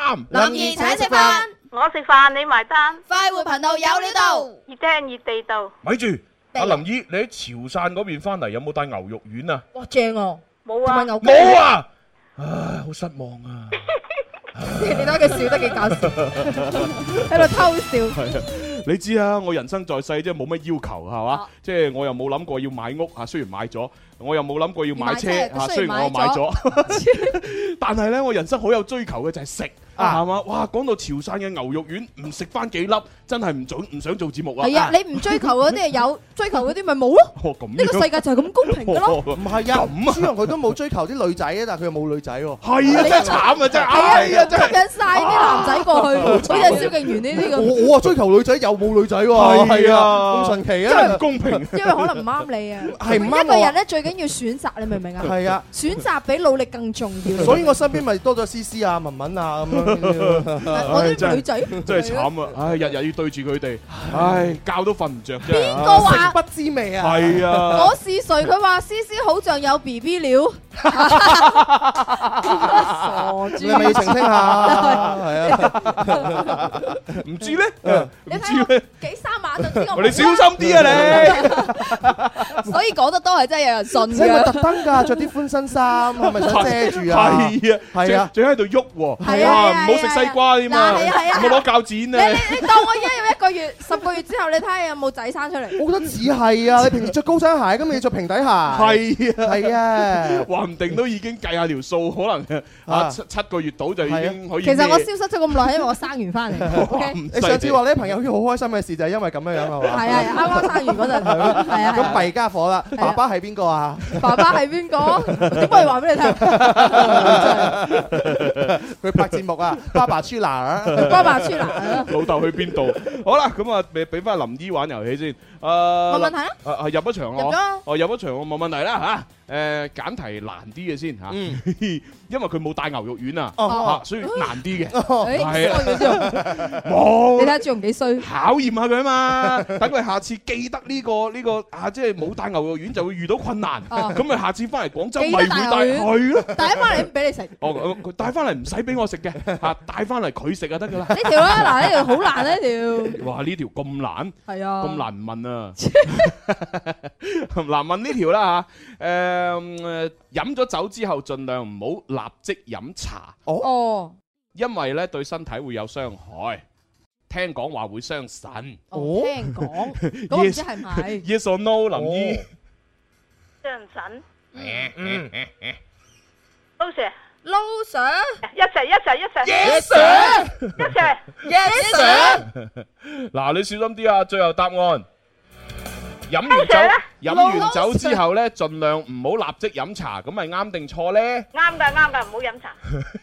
J: 林怡請食飯，我食飯你埋單，
A: 快活頻道有料到，
J: 越聽越地道，
F: 咪住，阿林姨，你喺潮汕嗰邊翻嚟有冇帶牛肉丸啊？
D: 哇，正哦！
J: 冇
D: 啊，牛筋
F: 冇！啊！唉，好失望啊！
D: 你睇佢笑得幾搞 笑，喺度偷笑。
F: 係啊，你知啊，我人生在世即係冇乜要求係嘛，即係我又冇諗過要買屋啊，雖然買咗，我又冇諗過要買車
D: 要買車
F: 啊，雖
D: 雖
F: 然
D: 然
F: 我買
D: 買
F: 咗
D: 咗，
F: 但係呢，我人生好有追求嘅就係食。啊係嘛？哇！講到潮汕嘅牛肉丸，唔食翻幾粒，真係唔准唔想做節目啦。
D: 係啊，你唔追求嗰啲係 有，追求嗰啲咪冇咯。
F: 哦咁樣哦
D: 呢個世界就係咁公平㗎咯。
F: 唔
H: 係啊，朱紅佢都冇追求啲女仔啊，但係佢又冇女仔喎。
F: 係啊，真係慘啊，真係哎呀，真
D: 吸
F: 係。
D: 引晒啲男仔過去，好似係蕭敬元呢啲咁。
H: 我我啊追求女仔又冇女仔喎，
F: 係啊
H: 咁神奇啊，
F: 真係唔公平。
D: 因為可能唔啱你啊，
H: 係唔啱我
D: 一個人咧最緊要選擇，你明唔明啊？
H: 係啊
D: 選擇比努力更重要。
H: 所以我身邊咪多咗思思啊、文文啊咁 樣。
D: 我啲
F: 真係
D: 女仔
F: 真係慘啊！唉，日日要對住佢哋，唉，覺都瞓唔着。邊啊
D: 邊個話
H: 不知味啊？
F: 係啊
D: 我是誰？佢話思思好像有 B B 了，傻豬。
H: 你咪澄 清下，係啊。
F: 唔知咧，
D: 你睇我幾三馬就知我。
F: 你小心啲啊你！
N: 所以講得多係真係有人信
H: 即係咪特
N: 嘅。
H: 登㗎，着啲寬身衫，係咪想遮住啊？
F: 係啊，
H: 係啊
F: 仲仲喺度喐喎，
D: 係啊
F: 哇！
D: 係
F: 唔
D: 啊
F: 好食西瓜添啊，
D: 嗱係啊係啊
F: 唔好攞鉸剪
D: 你
F: 啊！
D: 你你當我而家有一個月、十個月之後，你睇下有冇仔生出嚟？
H: 我覺得只係啊，你平時着高踭鞋，今日要着平底鞋。係
F: 係啊，
H: 係啊，
F: 話唔定都已經計下條數，可能啊
H: 啊
F: 七七個月到就已經可以
D: 其
F: 咩。
D: 實我消失咗咁耐，係因為我生完翻嚟。OK，
F: 唔
H: 你
F: 犀利
H: 上次話你喺朋友圈好開心嘅事就係因為咁樣樣係嘛？
D: 係啊，啱啱生完嗰陣，係啊係啊。
H: 咁弊家伙啦，
D: 啊
H: 爸爸係邊個啊？
D: 爸爸係邊個？點可以話俾你聽？
H: 佢拍節目啊，爸爸出拿啊，
D: 爸爸出嚟，
F: 老豆去邊 度？好啦，咁啊，俾俾翻林姨玩遊戲先。誒，
D: 冇問
F: 冇
D: 題啊！
F: 啊啊入咗場
D: 入咗啊
F: 咯，哦入咗場我冇問題啦嚇。誒揀題難啲嘅先嚇，
D: 嗯
F: 因為佢冇帶牛肉丸啊
H: 哦，
F: 嚇，所以難啲嘅。
D: 誒，
F: 係啊
D: 衰咗朱紅，你睇
F: 冇
D: 下朱紅幾衰。
F: 考驗下佢啊嘛， 等佢下次記得呢個呢個啊，即係冇帶牛肉丸就會遇到困難。
D: 哦
F: 咁佢下次翻嚟廣州咪
D: 記得
F: 會
D: 帶
F: 帶
D: 牛
F: 去咯。
D: 第一晚你唔俾你食呢
F: 哦，咁佢帶翻嚟唔使俾我食嘅， 嚇帶翻嚟佢食就得㗎啦。
D: 條啦，嗱呢條好難呢條，
F: 哇！呢條咁難。
D: 係啊，
F: 咁難問啊！ 難問呢條啦嚇，誒嗯誒飲咗酒之後，盡量唔好立即飲茶，
D: 哦。
F: 因為咧對身體會有傷害。聽講話會傷腎。
D: 我聽講，咁我唔知係咪？
F: Yes or no，林姨？
J: 張神，
H: 嗯
J: 老 Sir，
D: 撈上
J: 一齊一齊一齊一齊，
D: yes sir，
F: 嗱，你小心啲啊！最後答案。飲完
J: 咩事
F: 酒，飲完酒之後咧，盡量唔好立即飲茶，咁係啱定錯咧？
J: 啱㗎啱㗎，唔好飲茶，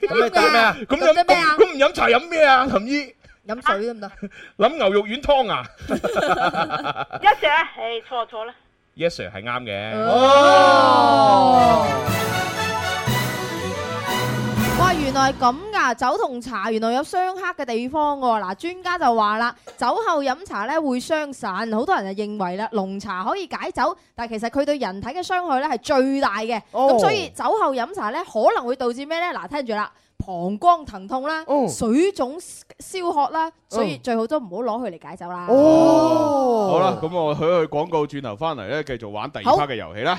H: 咁你答咩啊？
F: 咁
D: 咁即係咩啊
F: 飲咁咁唔飲茶飲咩啊？林姨，
D: 飲水得唔得？
F: 諗牛肉丸湯啊
J: 一齊，唉錯錯啦，
F: ？Yes sir 係啱嘅。
D: 哦，哇！原來咁噶，酒同茶原來有相克嘅地方喎。嗱，專家就話啦，酒後飲茶咧會傷腎，好多人就認為啦，濃茶可以解酒，但係其實佢對人體嘅傷害咧係最大嘅。咁、
H: 哦
D: 所以酒後飲茶咧可能會導致咩咧？嗱，聽住啦。膀胱疼痛啦、
H: 哦
D: 水腫、燒渴啦，所以最好都唔好攞佢嚟解酒啦。
H: 哦，
F: 好啦，咁我去一去廣告，轉頭翻嚟咧，繼續玩第二
D: 好
F: part 嘅遊戲啦。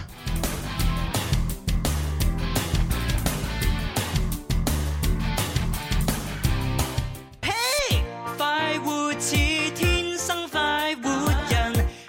C: 快活似天生快活人，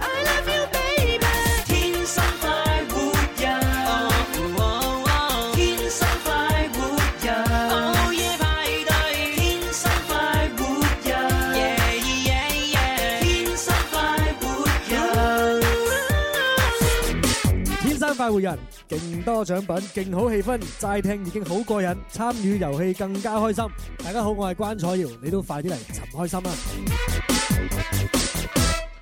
C: I love you baby，天生快活人，哦哦天生快活人，Oh, 午夜派對，天生快活人，yeah yeah yeah，天生快活人。
O: 天生快活人，勁多獎品，勁好氣氛，齋聽已經好過癮，參與遊戲更加開心。大家好，我係關楚耀，你都快啲嚟尋開心啦！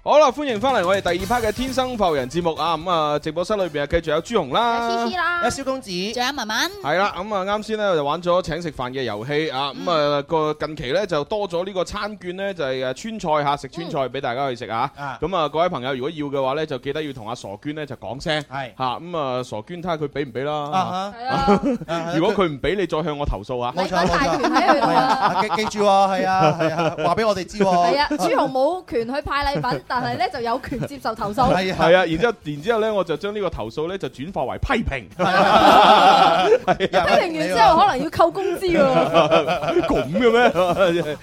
F: 好啦，歡迎翻嚟我哋第二 part 嘅《天生浮人》節目啊！咁啊，直播室裏邊啊，繼續有朱紅啦
N: 有 C。C 啦
H: 有，蕭公子，
N: 仲有文文，
F: 係啦，咁啊啱先咧就玩咗請食飯嘅遊戲啊，咁啊
H: 嗯
F: 個近期咧就多咗呢個餐券咧就係誒川菜嚇食川菜俾大家去食啊，
H: 啊
F: 咁啊各位朋友如果要嘅話咧就記得要同阿傻娟咧就講聲
H: 係
F: 嚇，咁啊傻娟睇下佢俾唔俾啦，
H: 嗯啊
D: 係啊，
H: 哈，
F: 如果佢唔俾你再向我投訴啊，
H: 冇錯
D: 禮品大
H: 冇
D: 權喺佢度
H: 錯，係
D: 啊
F: 哦
H: 啊，記記住喎，係啊係啊，話俾我哋知喎，
D: 係啊，朱紅冇權去派禮品，但但係 咧就有權接受投訴。
H: 嗯
F: 系啊，然之后，然之后咧，我就將呢個投訴咧就轉化為批評。
H: 啊
D: 批評完之後，可能要扣工資
F: 啊
D: 喎。
F: 咁嘅咩？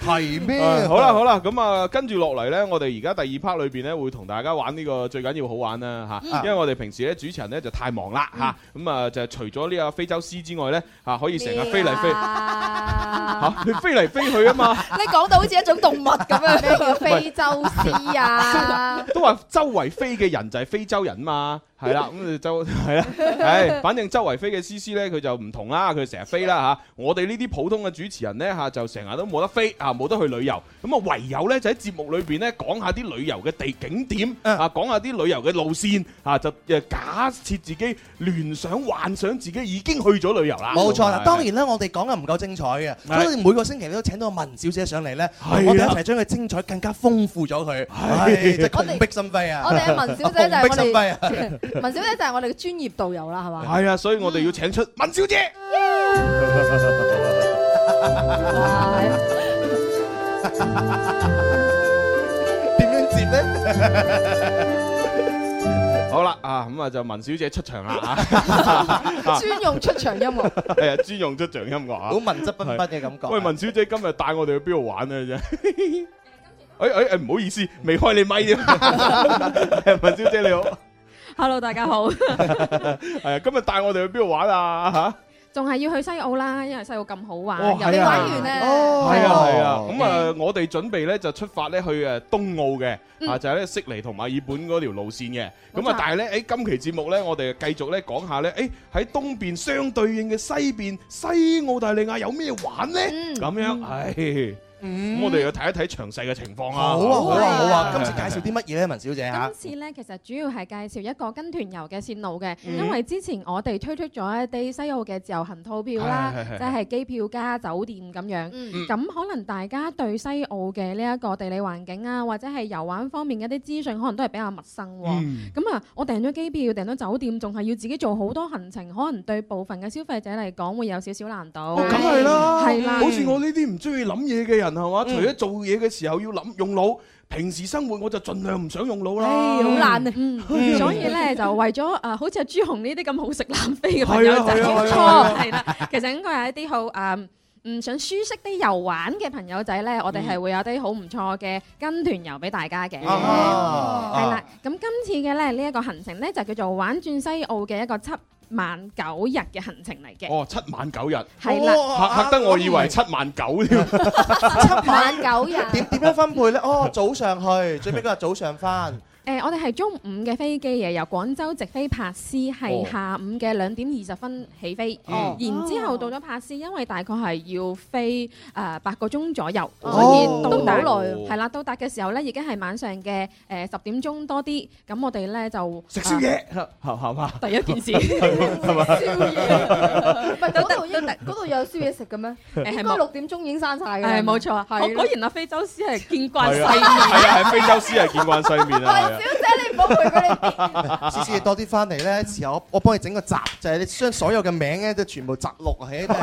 F: 係
H: 咩
F: 哎好啦好啦，咁啊，跟住落嚟咧，我哋而家第二 part 裏邊咧，會同大家玩呢個最緊要好玩啦嚇，
H: 嗯
F: 因為我哋平時咧主持人咧就太忙啦嚇，咁啊就係除咗呢個非洲獅之外咧，啊可以成日飛嚟飛嚇，佢飛嚟飛去啊嘛，
D: 哎你講到好似一種動物咁樣， 咩叫非洲獅啊？
F: 都話周圍飛嘅人就係非洲人嘛。係 啦，咁就係啦，唉，反正周圍飛嘅 C C 咧，佢就唔同啦，佢成日 飛啦嚇。我哋呢啲普通嘅主持人咧嚇，就成日都冇得飛啊，冇得去旅遊。咁啊，唯有咧就喺節目裏邊咧講下啲旅遊嘅地景點啊，講下啲旅遊嘅路線啊，就誒假設自己聯想幻想自己已經去咗旅遊啦。
H: 冇錯啦，
F: 係啊
H: 當然啦，我哋講嘅唔夠精彩嘅，所以我哋每個星期都請到文小姐上嚟咧，同我哋一齊將佢精彩更加豐富咗佢，唉真係窮逼心肺啊！
D: 我哋嘅文小姐就係 我
H: 窮逼心肺啊！
D: 哋， 文小姐就係我哋嘅專業導遊啦，係嘛？
F: 係啊，所以我哋要請出文小姐。啊
D: 啊
H: 點樣接咧？嗯
F: 好啦，啊咁啊就文小姐出場 啦啊！
D: 專用出場音樂。
F: 係啊，專用出場音樂啊，
H: 好文質彬彬嘅感覺
F: 係喂，文小姐今日帶我哋去邊度玩啊？真 係。哎哎哎，唔好意思，未開你咪添。 文小姐你好，
C: Hello，大家好，
F: 係啊，今日帶我哋去邊度玩啊？吓，
C: 仲係要去西澳啦，因為西澳咁好玩，
F: 哦
C: 又
F: 係啊
C: 咧，
F: 係啊係啊，咁啊，我哋準備咧就出發咧去誒東澳嘅，
C: 嗯
F: 啊就係咧悉尼同馬爾本嗰條路線嘅。
C: 冇
F: 咁啊
C: 錯，
F: 但係咧，誒今期節目咧，我哋繼續咧講下咧，誒喺東邊相對應嘅西邊西澳大利亞有咩玩咧？
H: 嗯
F: 咁樣，唉，咁我哋要睇一睇詳細嘅情況啊。
H: 好啊好啊好啊！今次介
F: 係
H: 紹啲乜嘢咧，文小姐嚇？
C: 今次咧，其實主要係介紹一個跟團遊嘅線路嘅，
H: 嗯
C: 因為之前我哋推出咗一啲西澳嘅自由行套
F: 啊
C: 票啦
H: 啊係係係，
C: 即係機票加酒店咁樣。
H: 嗯
C: 咁可能大家對西澳嘅呢一個地理環境啊，或者係遊玩方面嘅一啲資訊，可能都係比較陌生喎。
P: 嗯
C: 咁啊，我訂咗機票，訂咗酒店，仲係要自己做好多行程，可能對部分嘅消費者嚟講會有少少難度。
F: 哦，梗係啦，
C: 係嗯
H: 啊
C: 啦，
F: 好似我呢啲唔中意諗嘢嘅人係嘛，除咗做嘢嘅時候要諗用腦，平時生活我就盡量唔想用腦啦。
C: 唉好難啊！
F: 嗯
C: 所以咧就為咗誒，好似阿朱紅呢啲咁好食懶飛嘅朋友仔，
F: 係啊
C: 冇
F: 係啊
C: 錯係啦。其實應該係一啲好誒。唔想舒適啲遊玩嘅朋友仔咧，我哋係會有啲好唔錯嘅跟團遊俾大家嘅，係
H: 啊
C: 啦。咁今次嘅咧呢一個行程咧就叫做玩轉西澳嘅一個七晚九日嘅行程嚟嘅。
F: 哦，七晚九日，
C: 係啦
F: 嚇嚇得我以為七晚九添。
C: 七晚九日。
H: 點點樣分配咧？哦，早上去，最尾嗰日早上翻。
C: 誒、我哋係中午嘅飛機嘅，由廣州直飛柏斯，係
H: 哦
C: 下午嘅兩點二十分起飛。
H: 嗯
C: 然之後到咗柏斯，因為大概係要飛誒呃八、個鐘左右，
D: 哦
C: 所以到達
D: 都好
F: 哦
D: 耐喎
C: 係啦，到達嘅時候咧已經係晚上嘅誒十點鐘多啲。咁我哋咧就啊
F: 食宵夜係係嘛？
C: 第一件事
F: 係嘛？
D: 唔係嗰度一嗰度有宵夜食嘅咩？
C: 誒係
D: 應該
C: 冇
D: 六點鐘已經閂晒嘅。
C: 誒冇錯，我
D: 係啦
C: 果然啊非洲獅係見慣世
F: 係
C: 面。
F: 啊係啊，係非洲獅係見慣世面啊！係啊
H: 次次多啲翻嚟咧，時候我我幫你整個集，就係你將所有嘅名咧都全部摘錄喺度。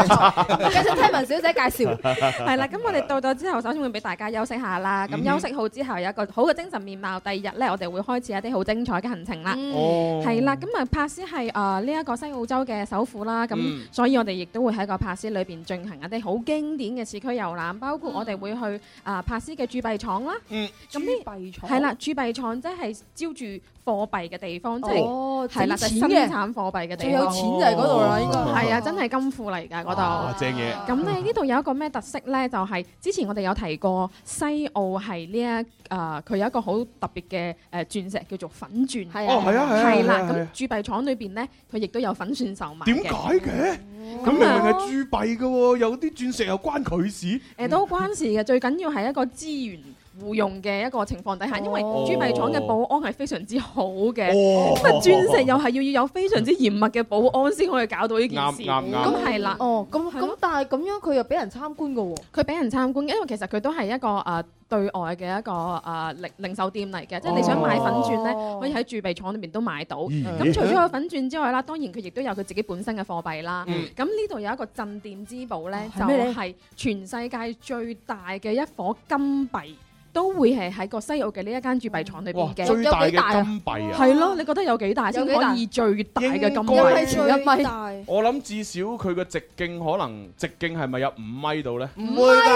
C: 繼續聽文小姐介紹係
H: 係
C: 啦，咁我哋到咗之後，首先會俾大家休息下啦。咁
H: 嗯
C: 休息好之後，有一個好嘅精神面貌。第二日咧，我哋會開始一啲好精彩嘅行程啦。
P: 哦
C: 嗯係啦，咁啊，帕斯係誒呢一個西澳洲嘅首府啦。咁
P: 嗯
C: 所以我哋亦都會喺個帕斯裏邊進行一啲好經典嘅市區遊覽，包括我哋會去啊帕斯嘅鑄幣廠啦。
F: 嗯，
C: 咁呢
D: 幣廠
C: 係啦，鑄幣廠即係招住貨幣嘅地方，即
D: 哦
C: 係係啦，就
D: 整
C: 係
D: 錢
C: 生
D: 嘅
C: 產貨幣嘅地
D: 最
C: 方。
D: 有錢就係嗰度啦，應該
C: 係啊，真係金庫嚟㗎嗰度。
F: 啊正嘢。
C: 咁咧呢度有一個咩特色咧？就係、之前我哋有提過西澳係呢一誒，佢有一個好特別嘅誒鑽石叫做粉鑽。係
F: 啊哦係啊係啊
C: 係啦
F: 係啊。係啊
C: 咁鑄幣廠裏邊咧，佢亦都有粉鑽售賣。
F: 點解？嘅？
C: 哦
F: 咁明明係鑄幣嘅喎，有啲鑽石又關佢事。
C: 誒都關事嘅，最緊要係一個資源。互用嘅一個情況底下，因為
F: 哦
C: 鑄幣廠嘅保安係非常之好嘅，
F: 哦
C: 咁啊鑽石又係要有非常之嚴密嘅保安先可以搞到呢件事，
F: 啱啱啱
C: 咁係啦。
D: 哦，咁咁，但係咁樣佢又俾人參觀嘅喎。
C: 佢俾人參觀，因為其實佢都係一個誒、呃、對外嘅一個誒零、零售店嚟嘅，即係你想買粉鑽咧，可以喺鑄幣廠裏邊都買到。
P: 哦咦
C: 咁、除咗有粉鑽之外啦，當然佢亦都有佢自己本身嘅貨幣啦。
P: 嗯哦
C: 咁呢度有一個鎮店之寶咧，就
P: 係咩呢
C: 係全世界最大嘅一顆金幣。都會係喺個西澳嘅呢一間鑄幣廠裏邊嘅。
F: 最大嘅金幣啊！
C: 係咯，你覺得有幾大先
F: 有幾大
C: 可以最大嘅金
F: 應該
C: 幣？
F: 最我諗至少佢個直徑可能直徑係咪有五米到咧？
H: 唔會㗎，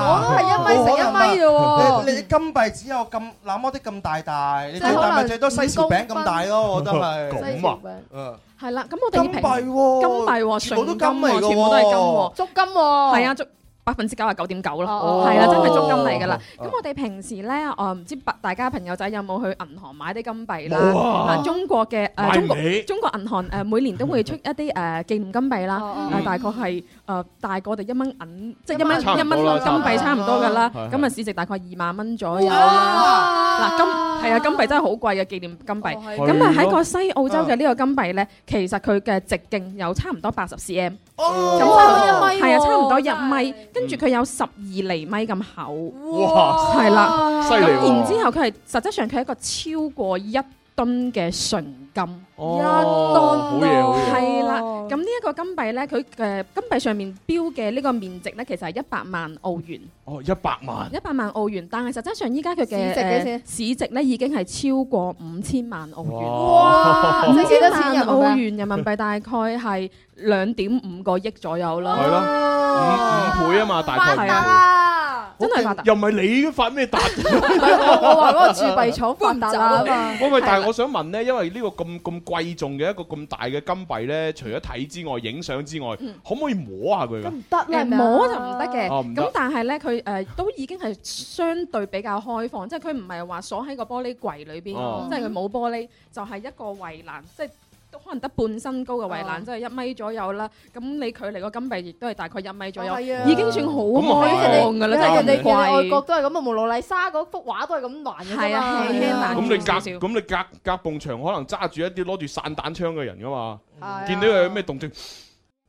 D: 我都係一米乘一米啫
H: 冇
D: 喎
H: 可能㗎你你金幣只有咁那麼啲咁大大，你
C: 即
H: 最
C: 係
H: 大
C: 可
H: 咪
C: 能
H: 最多西樵餅咁大咯，我覺得係。
C: 咁啊
H: 嗯，
C: 係啦，咁我哋
H: 哦金幣喎
C: 金幣喎，
H: 全部都
C: 純金喎
H: 金嚟㗎喎
C: 全部都係金喎，
D: 足金喎
C: 係啊，足。百分之九十九點九啦，
D: 哦
C: 係啦，真係足金嚟㗎啦。
D: 哦
C: 咁我哋平時咧，我唔知大家朋友仔有冇去銀行買啲金幣啦？
D: 冇啊
C: 中國嘅誒
D: 買唔
C: 中國
D: 起
C: 中國銀行誒每年都會出一啲
D: à,
C: 誒紀念金幣啦，
D: 嗯
C: 誒大概係
D: ờ,
C: 誒大過我哋一蚊銀，即係
D: 一
C: 一
D: 蚊
C: 蚊
D: 差
C: 一蚊個金幣
D: 唔多啦
C: 差唔多㗎啦。
D: 差唔多
C: 咁啊市值大概二萬蚊左右啦。嗱金係啊金幣真係好貴嘅紀念金幣。
D: 係
C: 咁啊喺
D: 咯
C: 個西澳洲嘅呢個金幣咧，其實佢嘅直徑
H: 哦
C: 有差唔多八十 cm，
H: 啊
D: 哦
C: 咁
D: 一米
C: 係啊，
D: 喎
C: 差唔多一米，跟住佢有十二厘米咁厚，
F: 哇
C: 係啦，
F: 犀利喎
C: 咁然之後佢係實質上佢係一個超過一噸嘅純金，
F: 哦
C: 一
D: Dạ,
F: 好嘢好嘢
C: 係啦。
D: 哦
C: 咁呢一個金幣咧，佢嘅金幣上面標嘅呢個面值咧，其實係一百萬澳元。
F: 哦，一百萬
C: 一百萬澳元，但係實質上依家佢嘅
D: 市值幾錢
C: 呃市值咧已經係超過五千萬澳元。
D: 哇
C: 五
D: 即係幾
C: 千
D: 多
C: 萬
D: 錢人民幣啊
C: 澳元人民幣大概係兩點五個億左右啦。
F: 係咯，五五倍啊嘛，大
C: 發
F: 概五
C: 達
F: 倍
C: 啦，真係發達。
F: 又唔係你發咩達？
D: 我話嗰個鑄幣廠發達 啦嘛。
F: 喂喂，但係我想問咧，因為呢個咁咁貴重嘅一個咁大嘅金幣咧，除咗睇之外、影相之外
C: 嗯，
F: 可唔可以摸下佢㗎？
D: 啦
C: 誒
D: 係咪啊
C: 摸就唔得嘅，
F: 哦唔
C: 咁、
F: 得
C: 但係咧佢誒都已經係相對比較開放，即係佢唔係話鎖喺個玻璃櫃裏邊，
F: Ờ.
D: 哦
H: 嗯
C: 即係佢冇玻璃，就係、一個圍欄，即係。都可能得半身高嘅圍欄，
D: 哦
C: 即係一米左右啦。咁你距離個金幣亦都係大概一米左
H: 哦
C: 右，
D: 係啊
C: 已經算好
D: 咁啊
C: 開放㗎啦，真
D: 係
C: 係唔
D: 人哋人哋
C: 貴
D: 外國都係咁啊，無羅麗莎嗰幅畫都係咁難嘅
C: 係
D: 啫
C: 啊
D: 嘛。
C: 輕輕
F: 咁你隔咁你隔隔埲牆可能揸住一啲攞住散彈槍嘅人㗎嘛
C: 係啊，
F: 見到佢有咩動靜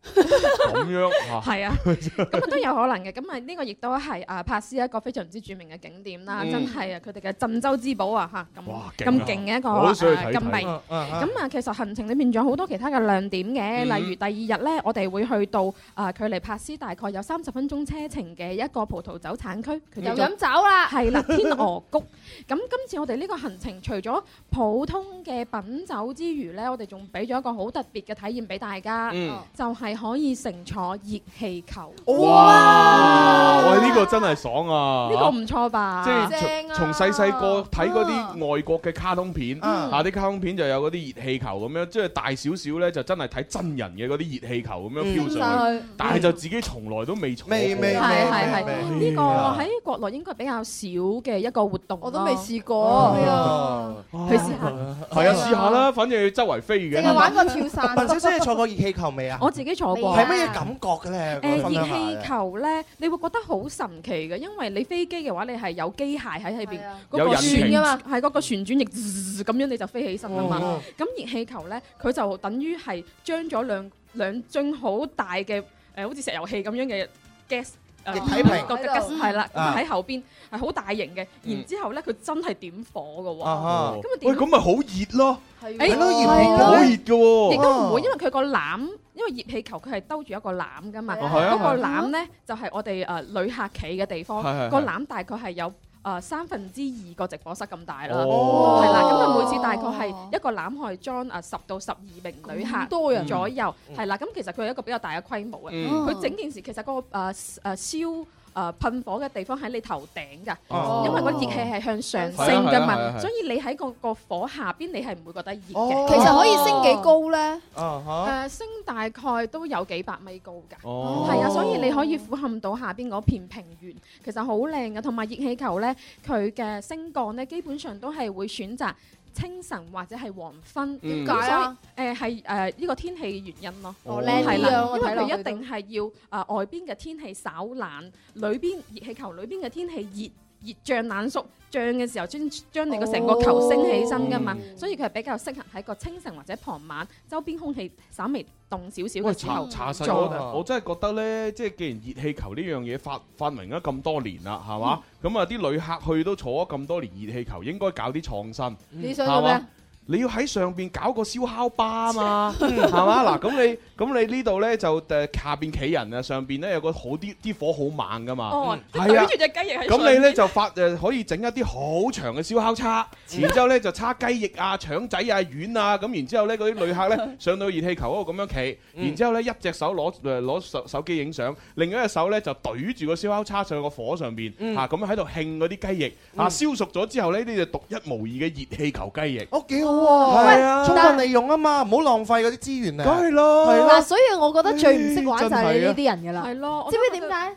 F: 咁樣 嚇，
C: 係啊，咁啊都有可能嘅。咁啊呢個亦都係啊帕斯一個非常之著名嘅景點啦，
F: 嗯
C: 真係啊佢哋嘅鎮州之寶啊嚇咁
F: 勁啊
C: 咁勁嘅一個
F: 我都想去
C: 啊
F: 睇睇
C: 金幣。
F: 啊啊
C: 咁啊其實行程裏面仲有好多其他嘅亮點嘅，
F: 嗯
C: 例如第二日咧我哋會去到啊距離帕斯大概有三十分鐘車程嘅一個葡萄酒產區，佢
D: 又
C: 叫做
D: 飲酒啦
C: 係啦天鵝谷。咁今次我哋呢個行程除咗普通嘅品酒之餘咧，我哋仲俾咗一個好特別嘅體驗俾大家，
F: 嗯
C: 就係可以乘坐熱氣球。
F: 哇！喂，呢個真係爽啊！
C: 呢個唔錯吧？
F: 即係從從細細個睇嗰啲外國嘅卡通片，
C: 嗯
F: 啊啲卡通片就有嗰啲熱氣球咁樣，即係大少少咧就真係睇真人嘅嗰啲熱氣球咁樣
C: 嗯
F: 飄
C: 上
F: 上
C: 去
F: 去，但係就自己從來都未坐過。
H: 未未
C: 係係係，
H: 嗯
C: 呢個
F: 啊
C: 喺國內應該比較少嘅一個活
H: 嗯
C: 動。我
D: 都未試過
H: 哦
D: 係
H: 啊，
C: 去試下。
F: 係啊，試下啦，反正要周圍飛嘅。
D: 跳
H: 傘。文小姐，你坐過熱氣球未啊？
C: 我自己坐過。
H: 係乜嘢感覺嘅咧？
C: 誒
H: 分享下
C: 熱氣球咧，你會覺得好神奇嘅，因為你飛機嘅話，你係有機械喺喺邊，嗰
D: 有
C: 個
D: 引
C: 旋
D: 擎
C: 㗎嘛，係嗰個旋轉翼滋咁樣你就飛起身啊嘛
D: 哦。
C: 咁熱氣球咧，佢就等於係將咗兩兩樽好大嘅誒，好似石油氣咁樣嘅 gas。
H: 液體瓶
C: 個 gas 係啦，咁
H: 啊
C: 啊喺後邊係好大型嘅，然之後咧佢真係點火嘅喎，咁
F: 啊
C: 啊
F: 哈
C: 點哦
F: 喂，咁咪好熱咯，
C: 係
F: 係
C: 咯
F: 咯，
C: 係
F: 熱
C: 咯
F: 好熱嘅喎，
C: 亦都唔會，因為佢個籃，因為熱氣球佢係兜住一個籃噶嘛，
F: 哦係啊
C: 嗰個籃咧就係我哋誒旅客企嘅地方
F: 係係係，
C: 個籃大概係有。誒三分之二個直播室咁大啦，
F: 哦
C: 係啦，咁啊每次大概係一個籃可以裝誒十到十二名旅客
D: 多人
C: 左右，係啦，咁其實佢係一個比較大嘅規模嘅，
D: 嗯
C: 佢整件事其實嗰個誒誒燒誒噴火嘅地方喺你頭頂
D: 哦
C: 㗎，因為個熱氣係向上
D: 係啊
C: 升
D: 係
C: 㗎
D: 啊
C: 嘛
D: 係啊係，啊
C: 所以你喺個個火下邊你係唔會覺得熱
D: 哦
C: 嘅。
D: 其實可以升幾高咧？
C: 誒、
H: 啊
C: 升大概都有幾百米高㗎，
F: 嗯
C: 係、
H: 哦
C: 啊，所以你可以俯瞰到下邊嗰片平原，其實好靚嘅。同埋熱氣球呢，佢嘅升降呢，基本上都係會選擇清晨或者係黃
F: 哦
C: 昏。咁所以
D: 嗯點解啊？
C: 誒係誒呢個天氣原因咯，
D: 哦靚啲啊
C: 係啦
D: 我
C: 因為
D: 睇落
C: 佢
D: 去
C: 一定係要誒、呃外邊嘅天氣稍冷，裏邊熱氣球裏邊嘅天氣熱。熱漲冷縮漲嘅時候，將將你個成個
A: 哦
C: 球升起身㗎嘛，所以佢係比較適合喺個清晨或者傍晚，周邊空氣稍微凍少少
F: 喂，
C: 嘅時
F: 查
C: 候
F: 查實
C: 做
F: 我我真係覺得呢，即係既然熱氣球呢樣嘢發發明咗咁多年啦，係
D: 嗯
F: 嘛？咁啊啲旅客去都坐咗咁多年熱氣球，應該搞啲創新，
D: 你想做咩
F: 係嘛？你要喺上邊搞個燒烤吧 啊嘛，係嘛嗱？咁你咁你呢度咧就誒下邊企人啊，上邊咧有個好啲啲火好猛噶嘛，
C: 哦，即係
F: 係
C: 懟
F: 啊
C: 住。只雞翼喺上
F: 咁你咧
C: 面
F: 就發誒可以整一啲好長嘅燒烤叉，然之後咧就叉雞翼啊、腸仔啊、丸啊，咁然之後咧嗰啲旅客咧上到熱氣球嗰度咁樣企，然之後咧一隻手攞誒攞手手機影相，另一隻手咧就懟住個燒烤叉上個火上邊
H: 嗯
F: 嚇，咁喺度興嗰啲雞翼啊，
H: 嗯
F: 燒熟咗之後呢，呢就獨一無二嘅熱氣球雞翼。
H: 哦，幾好喎！
F: 係啊
H: 充分利用啊嘛，唔好浪費嗰啲資源啊！
F: 梗係啦
H: 係
D: 嗱，所以我覺得最唔識玩就係你呢啲人㗎啦。
C: 係咯，
D: 知唔
C: 知點解？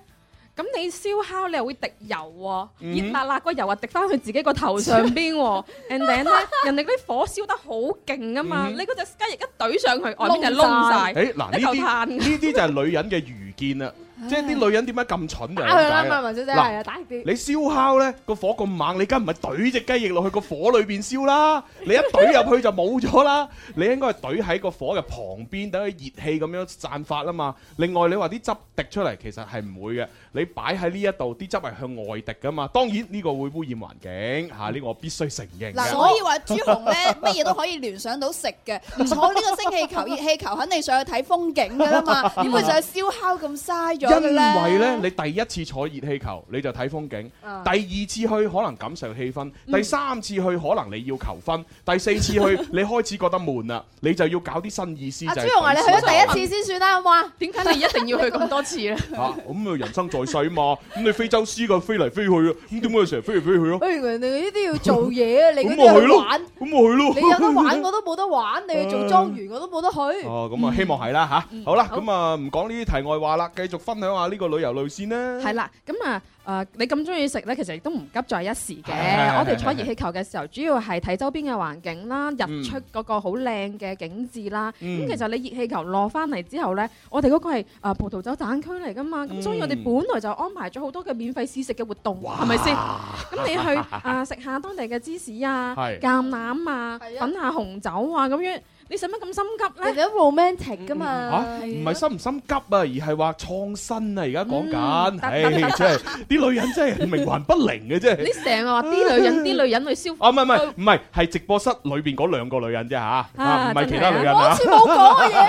C: 咁你燒烤你又會滴油喎，
D: 嗯
C: 熱辣辣個油啊滴翻去自己個頭上邊 喎，and then 咧人哋嗰啲火燒得好勁啊嘛，
F: 嗯
C: 你嗰只雞翼一懟上去，外邊就
F: 窿
C: 窿晒，
F: 誒嗱呢
C: 一嚿
F: 啲
C: 炭。
F: 呢啲就係女人嘅愚見啦，即係啲女人點解咁蠢就係
D: 打佢啦，
F: 咁解
D: 嘛文小姐
F: 嗱
D: 啊係啊，打熱啲。
F: 你燒烤呢個火咁猛，你梗唔係懟只雞翼落去個火裏邊燒啦，你一懟入去就冇咗啦。你應該係懟喺個火嘅旁邊，等佢熱氣咁樣散發啊嘛。另外你話啲汁滴出嚟，其實係唔會嘅。你擺喺呢一度，啲汁係向外滴噶嘛。當然呢個會污染環境嚇，呢、個我必須承認嘅。
A: 嗱，所以話朱紅 咧，乜嘢都可以聯想到食嘅。坐呢個蒸氣球、熱氣球，肯定上去睇風景㗎啦嘛， 點會上去燒烤咁嘥咗
F: 因
A: 嘅咧？
F: 為咧，你第一次坐熱氣球你就睇風景，
A: 啊
F: 第二次去可能感受氣氛，
A: 嗯
F: 第三次去可能你要求婚，第四次去你開始覺得悶啦， 你就要搞啲新意思。
D: 阿
F: 就
D: 朱
F: 係
D: 紅啊，你去
F: 咁
D: 咗第一次先算啦，好唔好啊？
C: 點解你一定要去咁多次咧？
F: 嚇咁啊！人生在世嘛， 咁你非洲獅咁飛嚟飛去啊，咁點解成日飛嚟飛去咯？
D: 哎，人哋呢啲要做嘢啊，你嗰
F: 咁我
D: 啲
F: 去
D: 去
F: 咯
D: 玩，
F: 咁我去咯。
D: 你有得玩我都冇得玩，你去做莊園我都冇得去。
F: 哦，咁啊，希望係啦吓，好啦，咁啊，唔講呢啲題外話啦，繼續分享下呢個旅遊路線啦。
C: 係啦，咁啊，誒，你咁中意食咧，其實亦都唔急在一時嘅。
F: 係係
C: 我哋坐熱氣球嘅時候，主要係睇周邊嘅環境啦，日出嗰個好靚嘅景緻啦。
G: 嗯
C: 咁其實你熱氣球落翻嚟之後咧，我哋嗰個係誒葡萄酒產區嚟噶嘛，咁所以我哋本來就安排咗好多嘅免費試食嘅活動，係咪先？咁你去啊食下當地嘅芝士啊、
D: 係
C: 橄欖啊、品下紅酒啊咁樣，你使乜咁心 急咧？
D: 人哋都 romantic 噶嘛
F: 嚇，唔係心唔心急啊，而係話創新啊！而家講緊，
C: 嗯
F: 唉，
C: 得得得
F: 真係啲女人真係冥頑不靈嘅啫。
C: 你成日話啲女 人啲女人去消
F: 啊，唔係唔係唔係，係直播室裏邊嗰兩個女人啫嚇，啊唔係其他女人
C: 我
F: 啊
C: 好似冇講過嘢
F: 喎，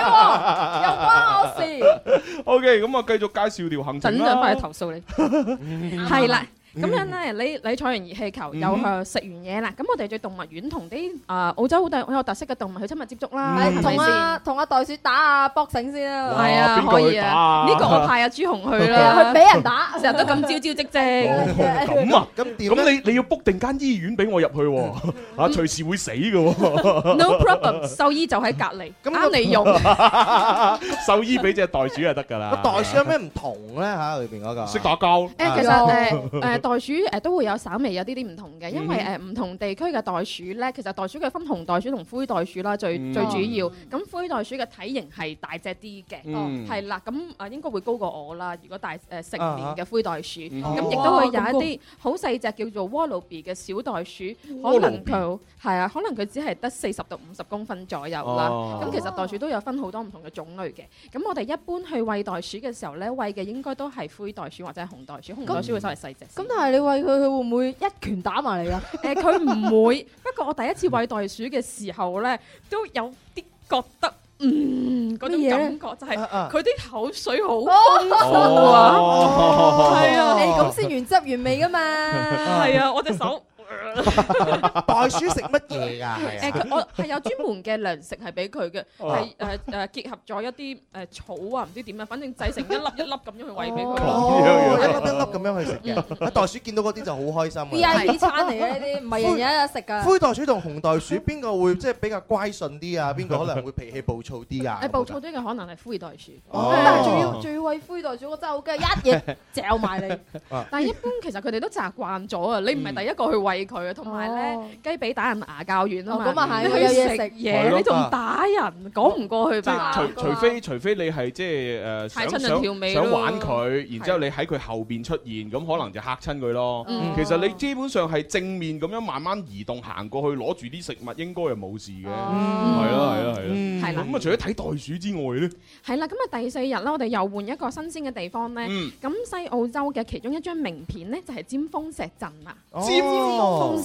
C: 又關 我事。
F: O K，咁啊繼續介紹條行程
C: 陣
F: 啦。
C: 想翻去投訴你。係啦。咁樣咧，你你坐完熱氣球，
F: 嗯
C: 又去食完嘢啦，咁我哋去動物園同啲啊澳洲好特好有特色嘅動物去親密接觸啦，
D: 係
F: Ừ.
C: 係咪
D: 同
C: 先？
D: 啊同阿袋鼠打啊 boxing 先啦，
C: 係啊，可以啊，呢個我派阿朱紅去啦，
D: 佢俾人打，
C: 成日都咁招招積 積。
F: 咁啊，咁咁你你要 book 定間醫院俾我入去喎，
H: 嗯
F: 啊隨時會死嘅喎。
C: No problem，獸醫就喺隔離，啱 你用。
F: 獸醫俾只袋鼠就得㗎啦。
H: 袋鼠有啊咩唔同咧嚇？裏邊嗰個
F: 識打交？
C: 誒呃其實 誒誒袋鼠誒都會有稍微有啲啲唔同嘅，因為誒
G: 啊嗯
C: 唔同地區嘅袋鼠咧，其實袋鼠佢分紅袋鼠同灰袋鼠啦，最
G: 嗯
C: 最主要。咁灰袋鼠嘅體型係大隻啲嘅，
G: 嗯
C: 係啦，咁啊應該會高過我啦。如果大誒成年嘅灰袋鼠，
G: 嗯
C: 咁亦都會有一啲好細隻叫做 wallaby 嘅小袋鼠，可能佢係啊，可能佢只係得四十到五十公分左右啦。
F: 嗯
G: 哦
C: 咁其實袋鼠都有分好多唔同嘅種類嘅。咁我哋一般去餵袋鼠嘅時候咧，餵嘅應該都係灰袋鼠或者係紅袋鼠，紅袋鼠會稍微細隻。
D: 咁但係你餵佢，佢會唔會一拳打埋嚟㗎？啊
C: 誒佢唔會，不過我第一次餵袋鼠嘅時候咧，都有啲覺得。嗯，嗰種
D: 乜嘢
C: 感
D: 呢
C: 覺就係
D: 啊啊
C: 佢啲口水好豐富啊，
F: 哦
C: 係啊，
D: 你咁先原汁原味㗎嘛？
C: 係啊，我隻手
H: 袋鼠食乜嘢㗎？係
C: 誒，
H: 啊
C: 佢我係有專門嘅糧食係俾佢嘅，
H: 哦
C: 係誒誒結合咗一啲誒草啊，唔知點啊，反正製成一粒一粒咁樣去餵俾
H: 哦
C: 佢。
H: 一粒一粒咁樣去食嘅。啊袋鼠見到嗰啲就好開心㗎
D: V I P 餐嚟嘅呢啲，唔係人人有得食㗎。
H: 灰袋鼠同紅袋鼠邊個會即係比較乖順啲啊？邊個可能會脾氣暴躁啲啊
C: 誒？暴躁啲嘅可能係灰袋鼠，
H: 哦
D: 但係仲要仲要餵灰袋鼠，我真係好驚，一嘢嚼埋你。
C: 但係一般其實佢哋都習慣咗啊，你唔係第一個去餵佢啊，同埋
A: 哦
C: 咧雞髀打人牙較軟啊嘛，
D: 哦咁啊係
C: 你
D: 有
C: 去
D: 嘢
C: 食
D: 食
F: 係
C: 嘢
F: 咯
C: 你仲打人，啊講唔過去
F: 即係
C: 吧？
F: 除除非除非你係即係誒
C: 太
F: 想
C: 親人條
F: 想
C: 尾
F: 想
C: 咯
F: 玩佢，然之後你喺佢後邊出現，咁可能就嚇親佢咯。
D: Ừ.
C: 嗯
F: 其實你基本上係正面咁樣慢慢移動行過去，攞住啲食物應該係冇事嘅。
D: Ừ.
F: 係啦係啦
C: 嗯
F: 係
C: 係
F: 啦
C: 啦。
F: 咁啊，除咗睇袋鼠之外咧，
C: 係啦，咁啊第四日啦，我哋又換一個新鮮嘅地方咧。啊
F: 嗯
C: 咁西澳洲嘅其中一張名片咧，就係尖峰石鎮啦。
F: 尖峰哦。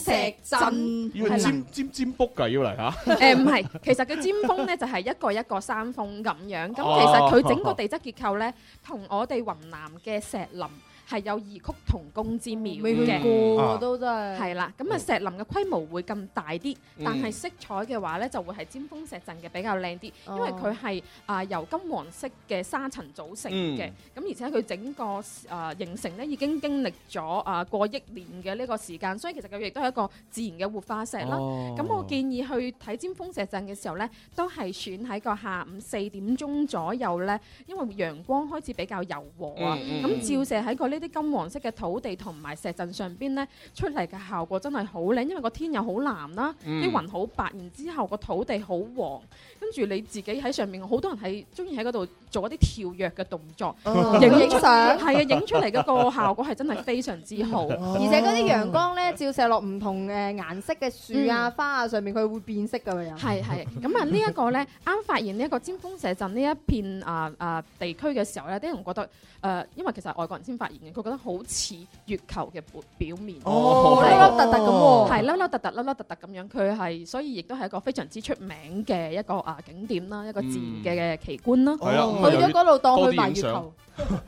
F: 嗯要
C: 係啦
F: 尖尖尖卜㗎，要嚟嚇。
C: 誒唔係，其實佢尖峰咧就係一個一個山峰咁樣。咁其實
F: 哦
C: 佢整個地質結構咧，同我哋雲南嘅石林係有異曲同工之妙
D: 未去
C: 嘅。
D: 過啊我都真係
C: 係啦，咁啊石林嘅規模會咁大啲
D: 嗯，
C: 但係色彩嘅話咧就會係尖峰石陣嘅比較靚啲，因
D: Ờ.
C: 為佢係啊由金黃色嘅沙塵組成嘅。咁而且佢整個啊形成咧已經經歷咗啊過億年嘅呢個時間，所以其實佢亦都係一個自然嘅活化石啦。
P: 哦
C: 咁我建議去睇尖峰石陣嘅時候呢，都係選喺個下午四點鐘左右呢，因為陽光開始比較柔和啊，咁、
P: 嗯嗯嗯
C: 照射喺個呢啲金黃色嘅土地同埋石陣上邊呢，出嚟嘅效果真係好靚，因為個天又好藍啦，啲、
P: 嗯
C: 雲好白，然之後個土地好黃，跟住你自己喺上面，好多人係中意喺嗰度做一啲跳躍嘅動作，
D: 哦
C: 出
D: 影相
C: 係啊，影出嚟嗰個效果係真係非常之 好，
H: 哦
D: 而且嗰啲陽光咧照射落唔同誒顏色嘅樹啊、
C: 嗯
D: 花啊上面，佢會變色㗎嘛又。
C: 係係，咁啊呢一個咧，啱發現呢一個尖峰石陣呢一片啊啊地區嘅時候咧，啲人覺得誒、呃因為其實係外國人先發現嘅，佢覺得好似月球嘅表表面，
P: 哦
C: 係
P: 凹凹凸凸咁喎
C: 係凹凹凸凸、凹凹凸凸咁樣，佢係所以亦都係一個非常之出名嘅一個啊景點啦，一個自然嘅奇觀啦。
F: 嗯係啦咁啊
D: 去咗嗰度當去埋月
F: 多啲
D: 球，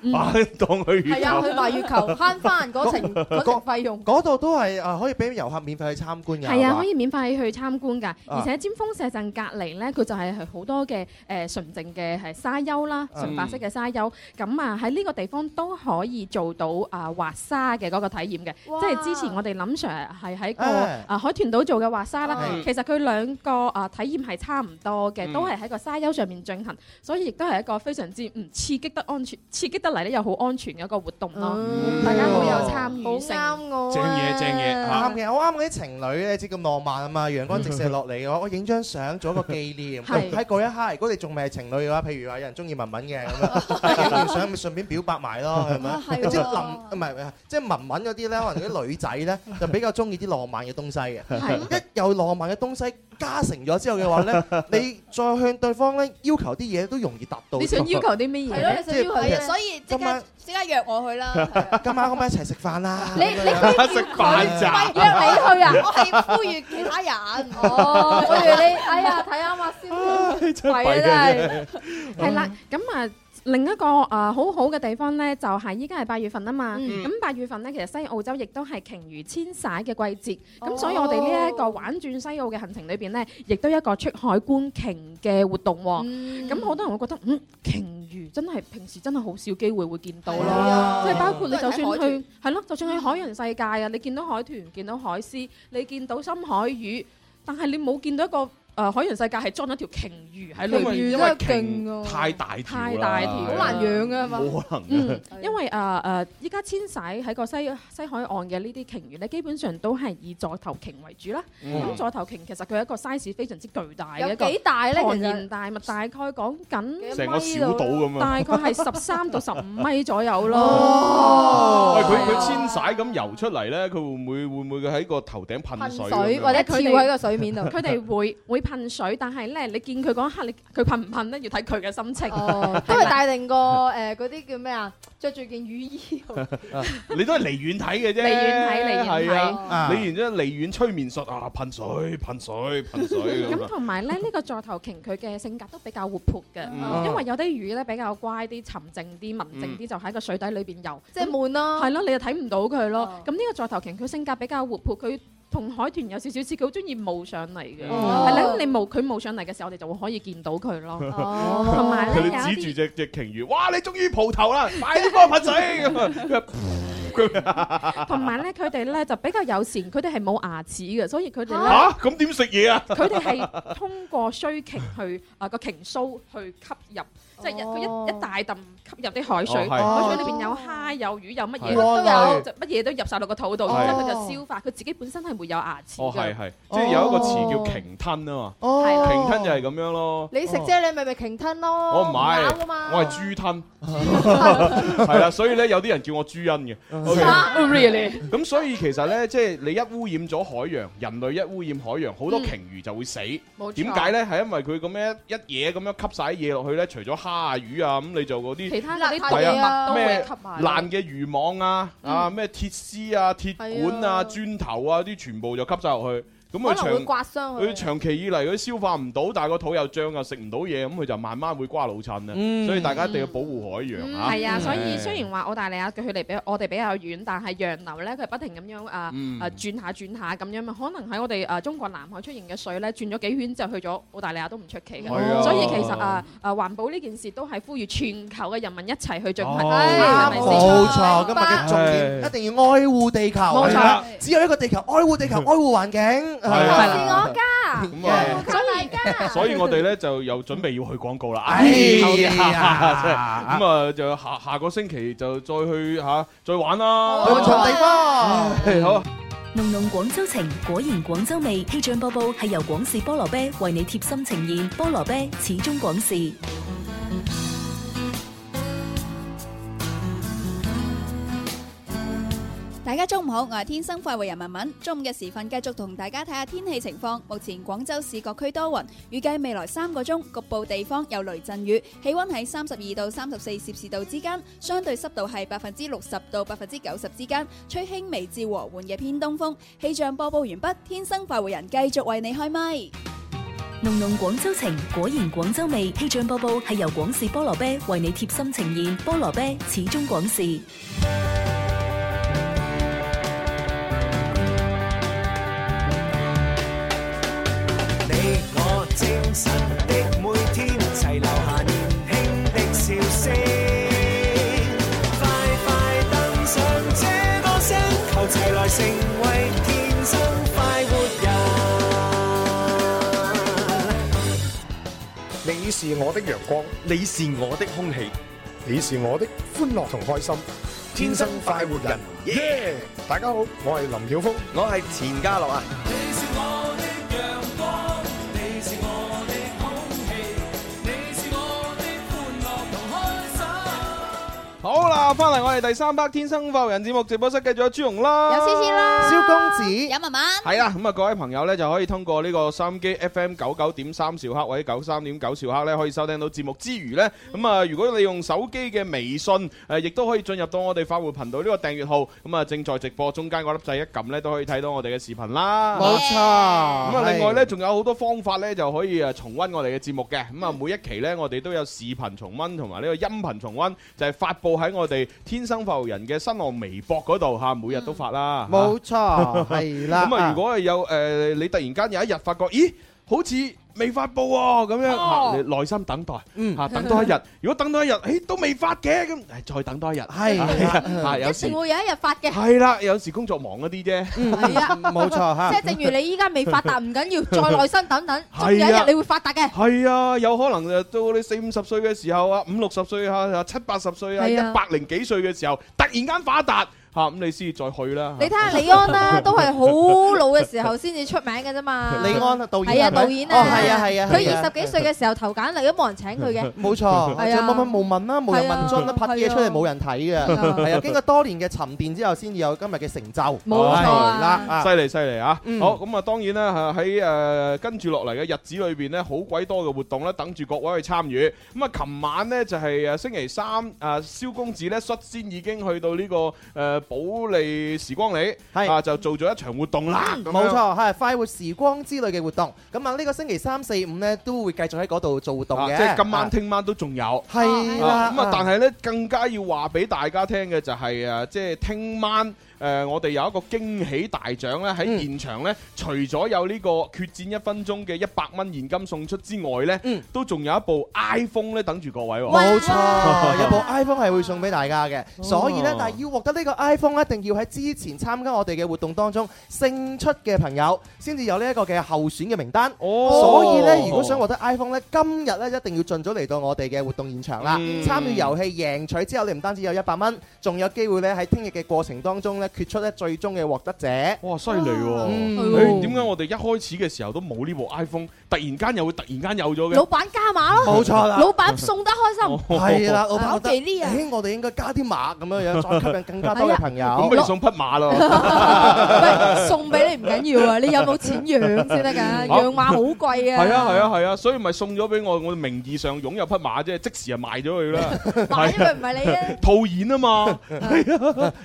C: 嗯
F: 啊當佢
D: 係啊，去埋月球慳翻 嗰程嗰程費用。
M: 嗰度都係啊，可以俾遊客免費去參觀㗎。
C: 係
M: 係
C: 啊，
M: 嘛
C: 可以免費去參觀㗎，而且尖峰石陣隔離咧，佢就係好多嘅誒純淨嘅係沙丘啦，
P: 嗯
C: 純白色嘅沙丘。咁啊喺呢個地方都可以做到啊滑沙嘅嗰個體驗嘅，
P: 哇
C: 即係之前我哋林 Sir 係
H: 嗯
C: 喺個
P: 唉
C: 啊海豚島做嘅滑沙啦
P: 嗯。
C: 其實佢兩個啊體驗係差唔多嘅
P: 嗯，
C: 都係喺個沙丘上面進行，所以亦都係一個非常之唔刺激得安全、刺激得嚟咧又好安全嘅一個活動咯。大家好有參與性，好啱我
M: 正嘢正嘢
H: 啱嘅，我啱嗰啲情侶咧，知咁浪漫啊嘛，陽光直射落嚟 嘅話，我影張相做一個紀念。
C: 係
H: 喺嗰一刻，如果你仲未係情侶嘅話，譬如話有人中意文文嘅咁樣， 影完相咪順便表白埋咯，係咪
P: 啊？係
H: 即
C: 哦
H: 係
P: 喎
H: 林唔係唔係即係文文嗰啲咧，可能嗰啲女 仔咧就比較中意啲浪漫嘅東西嘅。一有浪漫嘅東西加成咗之後嘅話咧， 你再向對方咧要求啲嘢都容易達到。
C: 你想要求啲咩嘢？
A: 係咯，你想要佢，所
H: 以
A: 以即
H: 今
A: 刻
H: 晚
A: 即刻約我 去啦。
H: 啊今晚可唔可以一齊食飯啦？
A: 你你
H: 咁樣
A: 食
H: 飯
A: 唔
H: 咋
A: 係約你去啊？我係呼籲其他 人。
D: 哦，我以為你哎呀睇啱啊，
C: 真
D: 係弊啊真係。
C: 係啦，咁啊。另一個誒、
A: 哦
C: 呃好好嘅地方呢，就係依家係八月份啊嘛。
P: 嗯
C: 咁八、月份呢，其實西澳洲亦都係鯨魚遷徙嘅季節，
D: 哦
C: 咁、所以我哋呢一個玩轉西澳嘅行程裏邊呢，亦都有一個出海觀鯨嘅活動喎、
D: 嗯
C: 咁好、多人會覺得，嗯，鯨魚真係平時真係好少機會會見到咯，即嗯係包括你就算
P: 都係睇海
C: 去係咯，就算去海洋世界啊，你見到海豚，見到海獅，你見到深海魚，但係你冇見到一個誒、呃海洋世界係裝咗條鯨魚喺裏
F: 因為
C: 面，
F: 因為鯨太大條啦
C: 太大條，
F: 係啊冇可能
C: 嗯
F: 嘅。，
C: 因為誒誒，依家遷徙喺個西西海岸嘅呢啲鯨魚咧，基本上都係以座頭鯨為主啦。
P: 嗯
C: 咁座頭鯨其實佢係一個 size 非常之巨大嘅
D: 有
C: 一個
D: 幾大咧
C: 龐
D: 其實
C: 然大物，大概講緊
F: 成個小島咁啊
C: 大概係十三 到十五米左右
D: 啊
C: 咯。
F: 喂，哦佢佢遷徙咁游出嚟咧，佢會唔會會唔會喺個頭頂噴水咁樣？
D: 跳喺個水面 度
C: 佢哋會會噴水，但係咧，你見佢嗰一刻，你佢噴唔噴咧，要睇佢嘅心情。
D: 哦，都係帶定個誒嗰啲叫咩啊？着住件雨衣。
F: 你都係離遠睇嘅啫，
D: 離遠睇離遠睇
F: 係啊
D: 啊
F: 你然之後離遠催眠術啊，噴水、噴水、噴水咁
C: 咁
F: 啊。
C: 同埋咧，呢個座頭鯨佢嘅性格都比較活潑
F: 嗯
C: 嘅，因為有啲魚咧比較乖啲、沉靜啲、文靜
P: 嗯
C: 啲，就喺個水底裏邊游，
D: 即係悶咯
C: 係咯，哦你又睇唔到佢咯。咁呢個座頭鯨佢性格比較活潑，佢同海豚有少少似，佢好中意冒上嚟嘅。
F: 嗯
P: 哦
C: 係啦，咁你冒佢冒上嚟嘅時候，我哋就會可以見到佢咯。同埋
F: 佢
C: 咧有
F: 哋
C: 一啲
F: 指住只只鯨魚，哇！你終於蒲頭啦， 快啲幫我噴水咁啊！佢
C: 同埋咧，佢哋咧就比較友善，佢哋係冇牙齒嘅，所以佢哋咧。
F: 嚇咁點食嘢啊？
C: 佢哋係通過須鯨去啊個鯨須去吸入，即係一佢一一大啖吸入啲海水，
P: 哦係
C: 海水裏邊有蝦有魚有乜
F: 係
C: 嘢
H: 啊
C: 都
F: 係
C: 有，就乜嘢都入晒落個肚度，
F: 係
C: 然之後佢就消化，佢自己本身係會有牙齒
F: 哦，係
C: 嘅。
F: 係，即係有一個詞叫鯨吞啊嘛，
D: 哦係啊
F: 鯨吞就係咁樣咯。
D: 你食啫，你咪咪鯨吞咯。
F: 我唔
D: 咬
C: 啊
F: 係
D: 㗎嘛，
F: 我係豬吞，係啦，所以咧有啲人叫我豬恩嘅， OK
C: 啊，really？
F: 咁所以其實咧，即係你一污染咗海洋，人類一污染海洋，好多
C: 嗯
F: 鯨魚就會死。
C: 冇錯
F: 點解咧？係因為佢咁樣一嘢咁樣吸晒啲嘢落去咧，除咗蝦啊魚啊，咁你就嗰啲
C: 其他嗰啲
F: 係
C: 動物
F: 啊
C: 都會
F: 咩
C: 吸埋
F: 爛嘅漁網啊，
C: 嗯
F: 啊咩鐵絲啊、鐵管啊、磚頭啊，啲全部就吸晒落去。咁佢
D: 可能會刮傷
F: 長
D: 佢
F: 佢長期以嚟佢消化唔到，但係個肚又脹又食唔到嘢，咁佢就慢慢會瓜老襯
H: 嗯
F: 啊。所以大家一定要保護海洋啊。
C: 係啊，所以
F: 誒
C: 雖然話澳大利亞嘅啊距離比我哋比較遠，但係洋流咧佢係不停咁樣啊
F: 嗯
C: 啊轉下轉下咁樣嘛，可能喺我哋啊中國南海出現嘅水咧轉咗幾圈之後去咗澳大利亞都唔出奇嘅。
F: 係啊
C: 所以其實啊啊環保呢件事都係呼籲全球嘅人民一齊去進行，
H: 哦
C: 係咪先？
H: 冇錯，今日嘅重點
F: 係
H: 一定要愛護地球。
C: 冇錯
H: 係啦，只有一個地球，愛護地球，愛護環境。
F: 係啦是我
H: 家
F: 咁啊
C: 所以
F: 所以我哋咧就又準備要去 廣告啦。
H: 哎呀
F: 真係 咁啊，就下下個星期就再去吓再玩啦。
H: 去唔同地
C: 嗯
H: 方。
F: 係好。
P: 濃濃廣州情，果然廣州味。氣象播報係由廣氏菠蘿啤為你貼心呈現，菠蘿啤始終廣氏。
A: 大家中午好，我係天生快活人文文。中午嘅時分，繼續同大家睇下天氣情況。目前廣州市各區多雲，預計未來三個鐘局部地方有雷陣雨，氣温喺三十二到三十四攝氏度之間，相對濕度係百分之六十到百分之九十之間，吹輕微至和緩嘅偏東風。氣象播報完畢，天生快活人繼續為你開咪。
P: 濃濃廣州情，果然廣州味。氣象播報係由廣氏菠蘿啤為你貼心呈現，菠蘿啤始終廣氏。
B: 你我精神的每天，齊留下年輕的笑聲。快快登上這個星球，齊來成為天生快活人。
Q: 你是我的陽光，你是我的空氣，你是我的歡樂同開心。天生快活人，耶！大家好，我係林曉峰，我係錢嘉樂啊。
R: 你是我的陽光，你是我的空氣，你是我的歡樂同開心。
F: 好啦，翻嚟我哋第三 part《天生浮人》節目直播室，繼續有朱紅啦，
A: 有 C C 啦，
H: 蕭公子，
A: 有文文，
F: 係啦，咁啊，各位朋友咧就可以通過呢個收音機 FM 九九點三兆赫或者九三點九兆赫咧，可以收聽到節目之餘咧，咁啊，如果你用手機嘅微信誒，亦都可以進入到我哋快活頻道呢個訂閱號，咁啊，正在直播中間嗰粒掣一撳咧，都可以睇到我哋嘅視頻啦。
H: 冇錯
F: 咁啊，
H: 係
F: 另外咧，仲有好多方法咧，就可以誒重温我哋嘅節目嘅。咁啊，每一期咧，我哋都有視頻重温同埋呢個音頻重温，就係發布喺我哋天生快活人嘅新浪微博嗰度嚇，每日都發啦。嚇
H: 冇錯，係啦。
F: 咁啊，如果係有誒，你突然間有一日發覺，咦，好似未發布喎，咁樣啊
H: 哦
F: 嚇，你耐心等待，
D: 嗯
F: 嚇等多一日。如果等多一日，誒都未發嘅，咁唉再等多一日。
H: 係
F: 嚇，
H: 啦
F: 啊有
D: 啊嗯一
F: 時
D: 定會有一日發嘅。
F: 係啦，有時工作忙一啲啫。
D: 係啊，
F: 冇錯嚇
D: 即係正如你依家未發達唔緊要，再耐心等等，終有一
F: 係啊
D: 日你會發達嘅。
F: 係啊，有可能誒到你四五十歲嘅時候啊，五六十歲啊，七八十歲啊，一
D: 係啊
F: 百零幾歲嘅時候，突然間發達嚇，咁你先至再去啦。
D: 你睇下李安啦，都係好老嘅時候先至出名嘅啫嘛。
H: 李安啊導演
D: 係啊，
H: 係咪
D: 導演啊，
H: 哦係啊係啊係啊
D: 佢二十幾歲嘅時候投簡歷都冇人請佢 嘅。
H: 冇錯，
D: 係啊
H: 就乜乜冇問啦，冇人問津啦，拍啲嘢出嚟冇人睇嘅，係啊，經過多年嘅沉澱之後，先至有今日嘅成就。
F: 冇錯啊
H: 係啦，啊
F: 犀利犀利啊！
H: 嗯
F: 好咁啊，當然啦，喺誒跟住落嚟嘅日子裏邊咧，好鬼多嘅活動咧，等住各位去參與。咁啊，琴晚咧就係誒星期三啊，蕭公子咧率先已經去到呢個誒保利時光里，啊就做咗一場活動啦。咁樣
H: 冇錯，係快活時光之類嘅活動。咁啊，呢個星期三四五咧都會繼續喺嗰度做活動
F: 啊
H: 嘅。
F: 即係今晚、聽晚都仲有。
H: 係啦
F: 啊咁啊
H: 啊，
F: 但係咧更加要話俾大家聽嘅就係誒，即係聽晚。誒、我哋有一個驚喜大獎咧，
H: 嗯
F: 喺現場咧，除咗有呢個決戰一分鐘嘅一百蚊現金送出之外咧，
H: 嗯
F: 都仲有一部 iPhone 咧等住各位喎。
H: 冇錯，有部 iPhone 係會送俾大家嘅，所以呢，
F: 哦
H: 但係要獲得呢個 iPhone，一定要喺之前參加我哋嘅活動當中勝出嘅朋友，先至有呢一個嘅候選嘅名單。
F: 哦
H: 所以呢，如果想獲得 iPhone 呢，今日呢一定要盡早嚟到我哋嘅活動現場啦。
F: 嗯
H: 參與遊戲贏取之後，你唔單止有一百蚊，仲有機會呢喺聽日嘅過程當中呢，決出呢最終嘅獲得者。
F: 哇，犀利喎！誒
H: 嗯
F: 點解我哋一開始嘅時候都冇呢部 iPhone，突然間又會突然間有咗嘅？哦
D: 老闆加碼咯，
F: 冇錯啦
D: 老闆送得開心，
F: 係啦老闆
H: 覺
D: 好
H: 得
D: 奇
H: 哎
D: 呢啊！
H: 我哋應該加啲碼咁樣樣，再吸引更加多
D: 係
H: 嘅朋友。
F: 咁不如送匹馬咯。
H: 啊
D: 送俾你唔緊要啊，你有冇錢養先得㗎？養馬好貴啊！
F: 係啊係啊係啊，所以咪送咗俾我，我名義上擁有匹馬啫，即時就賣咗佢啦。賣
D: 咗佢唔係你啊，
F: 套現啊嘛。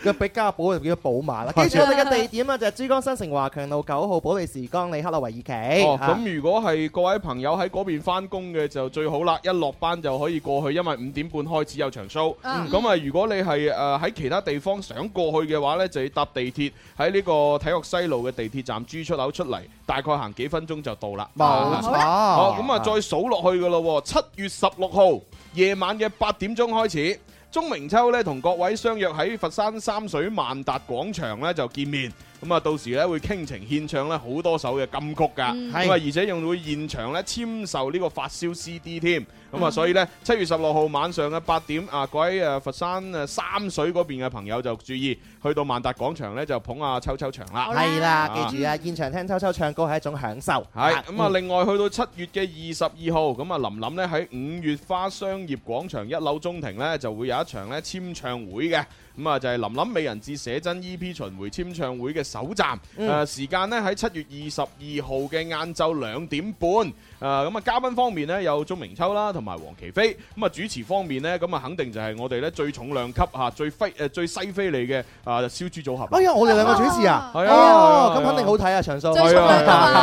H: 佢俾家寶就叫寶 馬啦。記住我哋嘅地點啊，就係珠江新城華強路九號保利時光里克洛維爾期。
F: 哦，咁如果係各位朋友喺嗰邊翻工嘅就最好啦，一落班就可以過去，因為五點半開始有場 show。
H: 嗯
F: 咁啊，如果你係誒喺其他地方想過去嘅話呢，就要搭地鐵喺呢個體育西路嘅地鐵站 G 出口出嚟，大概行幾分鐘就到啦。
H: 冇錯
F: 好咁啊，再數落去噶咯，七月十六號夜晚嘅八點鐘開始。鐘明秋咧同各位相約喺佛山三水萬達廣場咧就見面，咁啊到時咧會傾情獻唱咧好多首嘅金曲㗎，
H: 嗯
F: 咁啊
H: 係
F: 而且仲會現場咧簽售呢個發燒 CD 添，咁啊所以咧七月十六號晚上嘅八點啊，各位誒佛山誒三水嗰邊嘅朋友就注意，去到萬達廣場咧就捧阿秋秋場啦，
H: 係啦，記住啊，現場聽秋秋唱歌係一種享受。
F: 係咁啊！
H: 嗯
F: 另外去到七月嘅二十二號，咁啊林林呢喺五月花商業廣場一樓中庭呢，就會有一場咧簽唱會嘅。咁啊，就係林林美人志寫真 E.P. 巡迴簽唱會嘅首站，誒、啊
H: 嗯
F: 時間呢喺七月二十二號嘅晏晝兩點半，誒咁啊嘉賓方面呢，有鍾明秋啦，同埋黃琪飛，咁啊主持方面呢，咁啊肯定就係我哋呢最重量級嚇、最飛誒、最西非嚟嘅啊燒豬組合。
H: 哎呀，我哋兩個主持啊，
F: 係啊
H: 哦
F: 係啊
H: 咁肯定好睇啊，場數。
F: 最出名㗎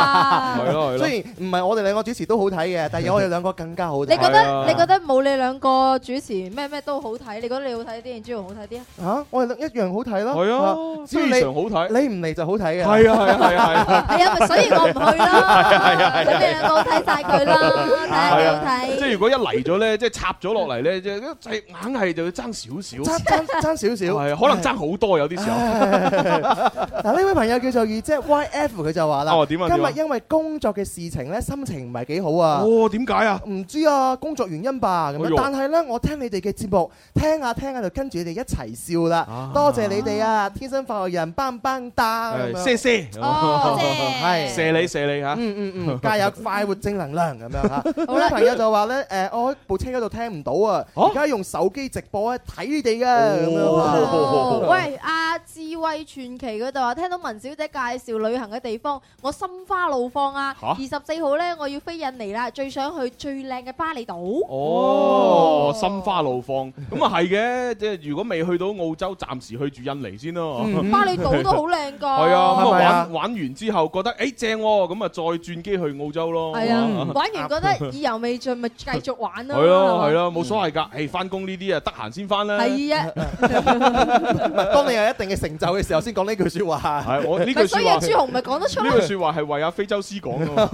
F: 嘛係咯係咯啊
H: 雖然唔係我哋兩個主持都好睇 嘅，但係有我哋兩個更加好睇。
D: 你覺得你覺得冇你兩個主持咩咩都好睇？你覺得你好睇啲定朱紅好睇 啲啊？
H: 嚇，我哋一樣好睇咯。
F: 係啊
H: 只要你
F: 非常好睇。
H: 你唔嚟就好睇嘅。
F: 係啊係啊係啊係啊
D: 係啊，咪所以我唔去
F: 係
D: 啦。
F: 啊係啊
D: 你哋兩個好睇晒佢啦，睇
F: 係
D: 下
F: 啊
D: 幾好睇。
F: 即係如果一嚟咗咧，即係插咗落嚟咧，即係即係硬係就要爭少少，
H: 爭爭爭少少，
F: 係啊可能爭好多有啲時候。
H: 嗱，呢位朋友叫做二姐 YF，佢就話啦，
F: 哦點啊
H: 今
F: 點啊
H: 日因為工作嘅事情咧，心情唔係幾好啊。
F: 哦點解啊？
H: 唔知啊，工作原因吧咁
F: 哎
H: 樣
F: 呦。
H: 但係咧，我聽你哋嘅節目，聽下聽下就跟住你哋一齊笑啦。多謝你哋啊，天生快活人，棒棒打咁
F: 係
H: 樣。
F: 哎謝謝，
H: 哦
F: 係謝你謝你嚇，
H: 嗯嗯 嗯，加油，快活正能量咁樣嚇。
F: 好
H: 好
F: 啦
H: 啦，朋友就話咧，誒，我喺部車嗰度聽唔到啊，
F: 哦
H: 而家用手機直播咧睇你哋嘅咁樣啊
D: 哦喂，阿智慧傳奇嗰度啊，聽到文小姐介紹旅行嘅地方，我心花怒放啊！
F: 吓
D: 二十四號呢，我要飛印尼啦，最想去最靚嘅巴厘島。
F: 哦，心花怒放，咁啊係嘅，即係如果未去到澳洲，暫時去住印尼先咯。
D: 巴厘島都好靚㗎。
F: 係
D: 哦
F: 啊，咁
H: 係
F: 啊
H: 咪啊
F: 玩玩完之後覺得誒正喎，咁啊再轉機去澳洲咯。哦
D: 係啊，玩完覺得意猶未盡，咪繼續玩咯。
F: 係咯係
D: 咯。
F: 咯，冇所謂㗎。誒翻工呢啲啊，得閒先翻啦。
D: 係啊，
H: 唔係當你有一定嘅成就嘅時候，先講呢句説話。
F: 係我呢句
D: 咪所以
F: 説話
D: 阿朱紅咪講得出
F: 呢
D: 咯。
F: 句説話係為阿非洲師講㗎嘛。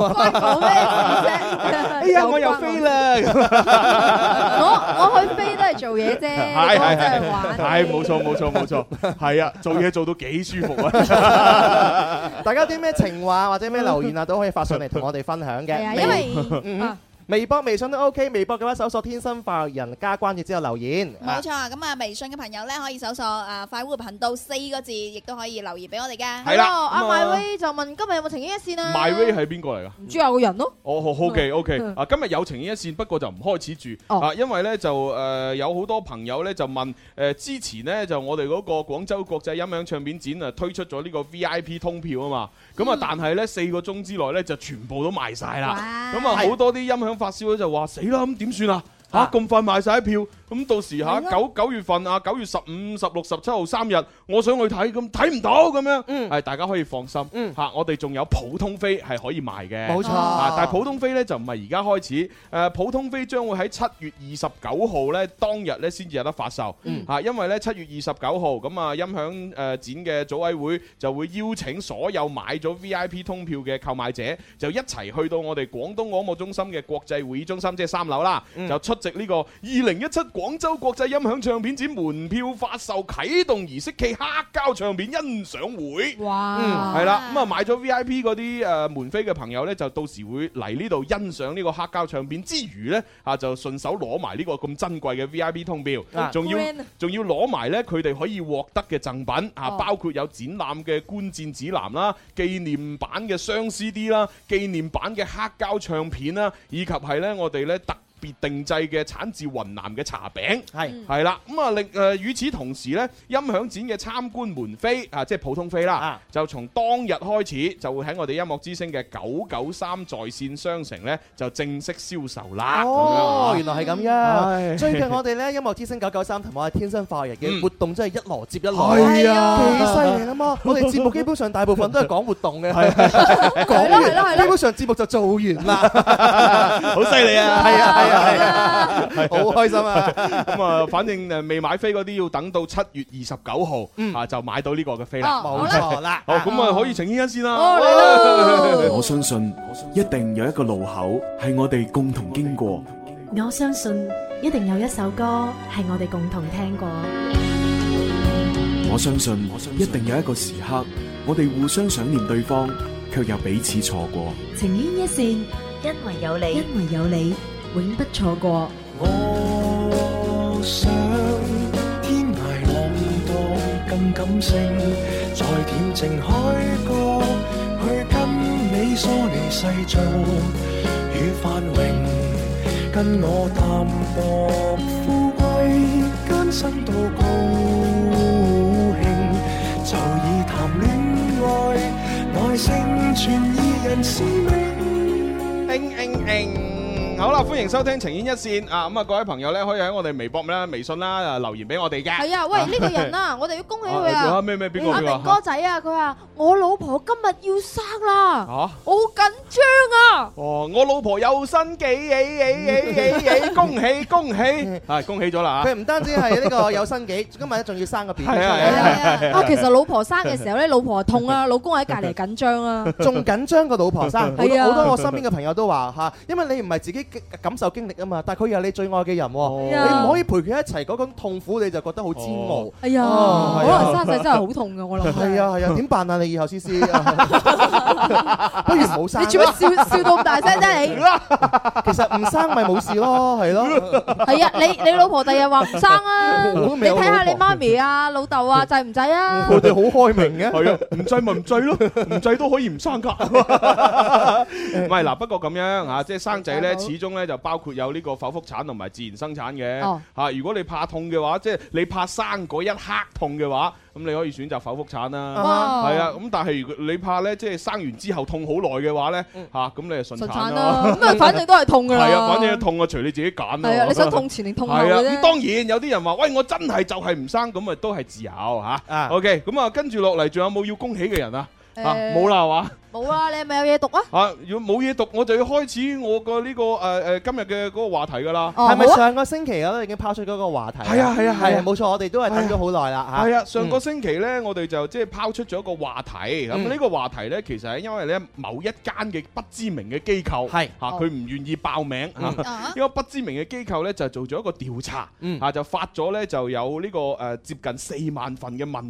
D: 哎呀，我又飛
F: 啦！
D: 我我去飛都係做嘢啫，
F: 係係
D: 真係
F: 係
D: 玩。
F: 係冇錯冇錯冇錯，係啊，做嘢做到幾舒服啊！
H: 大家有啲咩情話或者咩留言啊，都可以發上嚟同我哋分享嘅。
D: 係啊，
H: 微
D: 因為
H: 嗯
D: 啊
H: 微博、微信都 OK。微博嘅話，搜索「天生快活人」，加關注之後留言。
A: 冇錯，咁啊，微信嘅朋友咧可以搜索啊快活頻道四個字，亦都可以留言俾我哋嘅。
F: 係啦
D: 阿
F: 咁啊
D: MyWay 就問今日有冇情牽一線啊
F: My Way 係邊個嚟㗎？
D: 唔知有個人咯。
F: 哦，好好嘅，OK
D: 嗯
F: 啊，今日有情牽一線，不過就唔開始住
D: 哦
F: 啊，因為咧就誒有好多朋友咧就問誒之前咧就我哋嗰個廣州國際音響唱片展啊推出咗呢個 VIP 通票啊嘛，咁啊但係咧四個鐘之內咧就全部都賣晒啦，咁啊好多啲音響發燒咧就話死啦，咁點算啊？嚇咁快賣晒票，咁到時嚇
H: 係咯
F: 九九月份啊，九月十五、十六、十七號三日，我想去睇，咁睇唔到咁樣，係大家可以放心嚇，我哋仲有普通飛係可以賣嘅，
H: 冇錯
F: 啊但係普通飛咧就唔係而家開始，誒普通飛將會喺七月二十九號咧當日咧先至有得發售，嚇，因為咧七月二十九號咁啊音響誒展嘅組委會就會邀請所有買咗 VIP 通票嘅購買者，就一齊去到我哋廣東廣播中心嘅國際會議中心，即係三樓啦，就出席呢個二零一七廣州國際音響唱片展門票發售啟動儀式暨黑膠唱片欣賞會。
D: 哇
F: 嗯，係啦，咁啊買咗 V I P 嗰啲誒門飛嘅朋友呢，就到時會嚟呢度欣賞呢個黑膠唱片之餘呢，啊就順手攞埋呢個咁珍貴嘅 V I P 通票
H: 啊，
F: 仲要
H: friend 啊
F: 仲要攞埋呢佢哋可以獲得嘅贈品啊，
H: 哦
F: 包括有展覽嘅觀戰指南啦、紀念版嘅雙 C D 啦、紀念版嘅黑膠唱片啦，以及係呢我哋呢特。別別定製嘅產自雲南嘅茶餅，
D: 嗯
H: 係
F: 系啦。咁啊，另誒與此同時呢，音響展嘅參觀門飛啊，即係普通飛啦，就從當日開始就會喺我哋音樂之星嘅九九三在線商城呢，就正式銷售啦。
H: 哦，
F: 咁樣啊
H: 原來係咁
F: 唉
H: 樣。最近我哋咧音樂之星九九三同埋天生化學日嘅活動真係一籮接一籮，
F: 係啊
H: 幾 犀利啊嘛！我哋節目基本上大部分都係講活動嘅，
F: 係
H: 講
F: 咯係
H: 完基本上節目就做完啦，
F: 好犀利啊！
H: 係啊係
D: Ờ,
H: 啊係啊，好開心啊！！
F: 咁啊，反正誒未買飛嗰啲要等到七月二十九號啊，就買到呢個嘅飛
D: ờ.
F: 啦。
H: 哦冇錯啦
F: 好，咁啊，可以呈現一先啦。
S: 我相信一定有一個路口係我哋共同經過，
T: 我相信一定有一首歌係我哋共同聽過。
S: 我相信一定有一個時刻，我哋互相想念對方，卻又彼此錯過。
T: 情牽一線，因為有你，因為有你，永不錯過。
B: 我想天涯浪蕩更感性，在恬靜海角去跟你梳理世俗與繁榮，跟我淡薄富貴艱辛到高興，就以談戀愛耐性全二人使命。
F: 好啦，歡迎收聽《情牽一線》啊！咁啊，各位朋友咧，可以喺我哋微博啦、微信啦啊留言俾我哋嘅。
D: 係啊，喂呢個人啊，我哋要恭喜佢
F: 啊
D: 啊！
F: 咩咩邊個
D: 阿
F: 邊個
D: 明哥仔啊，佢話我老婆今日要生啦，
F: 嚇
D: 我好緊張啊！
F: 哦，我老婆有新哎紀，哎恭喜恭 喜！係恭喜咗啦嚇！
H: 佢唔單止係呢個有新紀，今日咧仲要生個 B B 出
F: 係啊係啊係
H: 嚟
F: 啊
D: 啊，其實老婆生嘅時候咧，老婆痛啊，老公喺隔離緊張啊，
H: 仲緊張過老婆生，好多
D: 係啊
H: 好多我身邊嘅朋友都話嚇，因為你唔係自己嘅感受經歷啊嘛，但係佢又係你最愛嘅人喎，
F: 哦
D: 啊
H: 你唔可以陪佢一齊嗰種痛苦，你就覺得好煎熬。
D: 哎呀，
H: 哦
D: 可
H: 係啊
D: 能生仔真係好痛噶，我諗。
H: 係啊 係啊，點辦啊？你以後思思，不如唔好生
D: 你
H: 啦。
D: 做乜笑笑到咁大聲啫？你
H: 其實唔生咪冇事咯，係咯。
D: 係啊，你你老婆第日話唔生啊，
H: 我都
D: 你
H: 未有
D: 睇下
H: 老
D: 你
H: 婆
D: 媽咪啊、老豆啊，制唔制啊？
H: 哋好開明嘅，
F: 係啊，唔制咪唔制 咯，唔制都可以唔生 噶。唔係嗱，不過咁樣啊嚇，即係生
D: 啊
F: 仔咧，始終咧就包括有呢個剖腹產同埋自然生產嘅
H: 哦
F: 嚇。如果你怕痛嘅話，即係你怕生嗰一刻痛嘅話，咁你可以選擇剖腹產啦。
D: 哦
H: 哇
F: 係啊，咁但係如果你怕咧，即係生完之後痛好耐嘅話咧嚇，咁你就順
D: 嗯順
F: 產
D: 產
F: 咯
D: 啦，。咁啊，反正都係痛噶啦。
F: 係啊，反正痛啊，隨你自己揀咯。
D: 係啊，你想痛前定痛後
F: 係啊，
D: 嘅
F: 咁
D: 啫。
F: 當然有啲人話：喂，我真係就係唔生，咁啊都係自由嚇。OK，咁啊跟住落嚟，仲有冇要恭喜嘅人啊？啊，
D: 誒
F: 冇啦係嘛？
D: 冇啊，你係咪有嘢讀啊？
F: 啊，如果冇嘢讀，我就要開始我個呢個誒誒今日嘅嗰個話題㗎啦。
H: 係咪上個星期我都已經拋出嗰個話題？
F: 哦啊係啊係啊係啊
H: 冇錯，我哋都係等咗好耐啦嚇。
F: 係啊，上個星期呢，我哋就即係拋出咗一個話題。咁
H: 嗯
F: 呢個話題呢，其實係因為呢某一間嘅不知名嘅機
H: 嗯
F: 構，係嚇佢唔願意報名
D: 嗯
F: 嚇，因為不知名嘅機構呢，就做咗一個調查，嚇就發咗呢就有呢個誒接近四萬份嘅問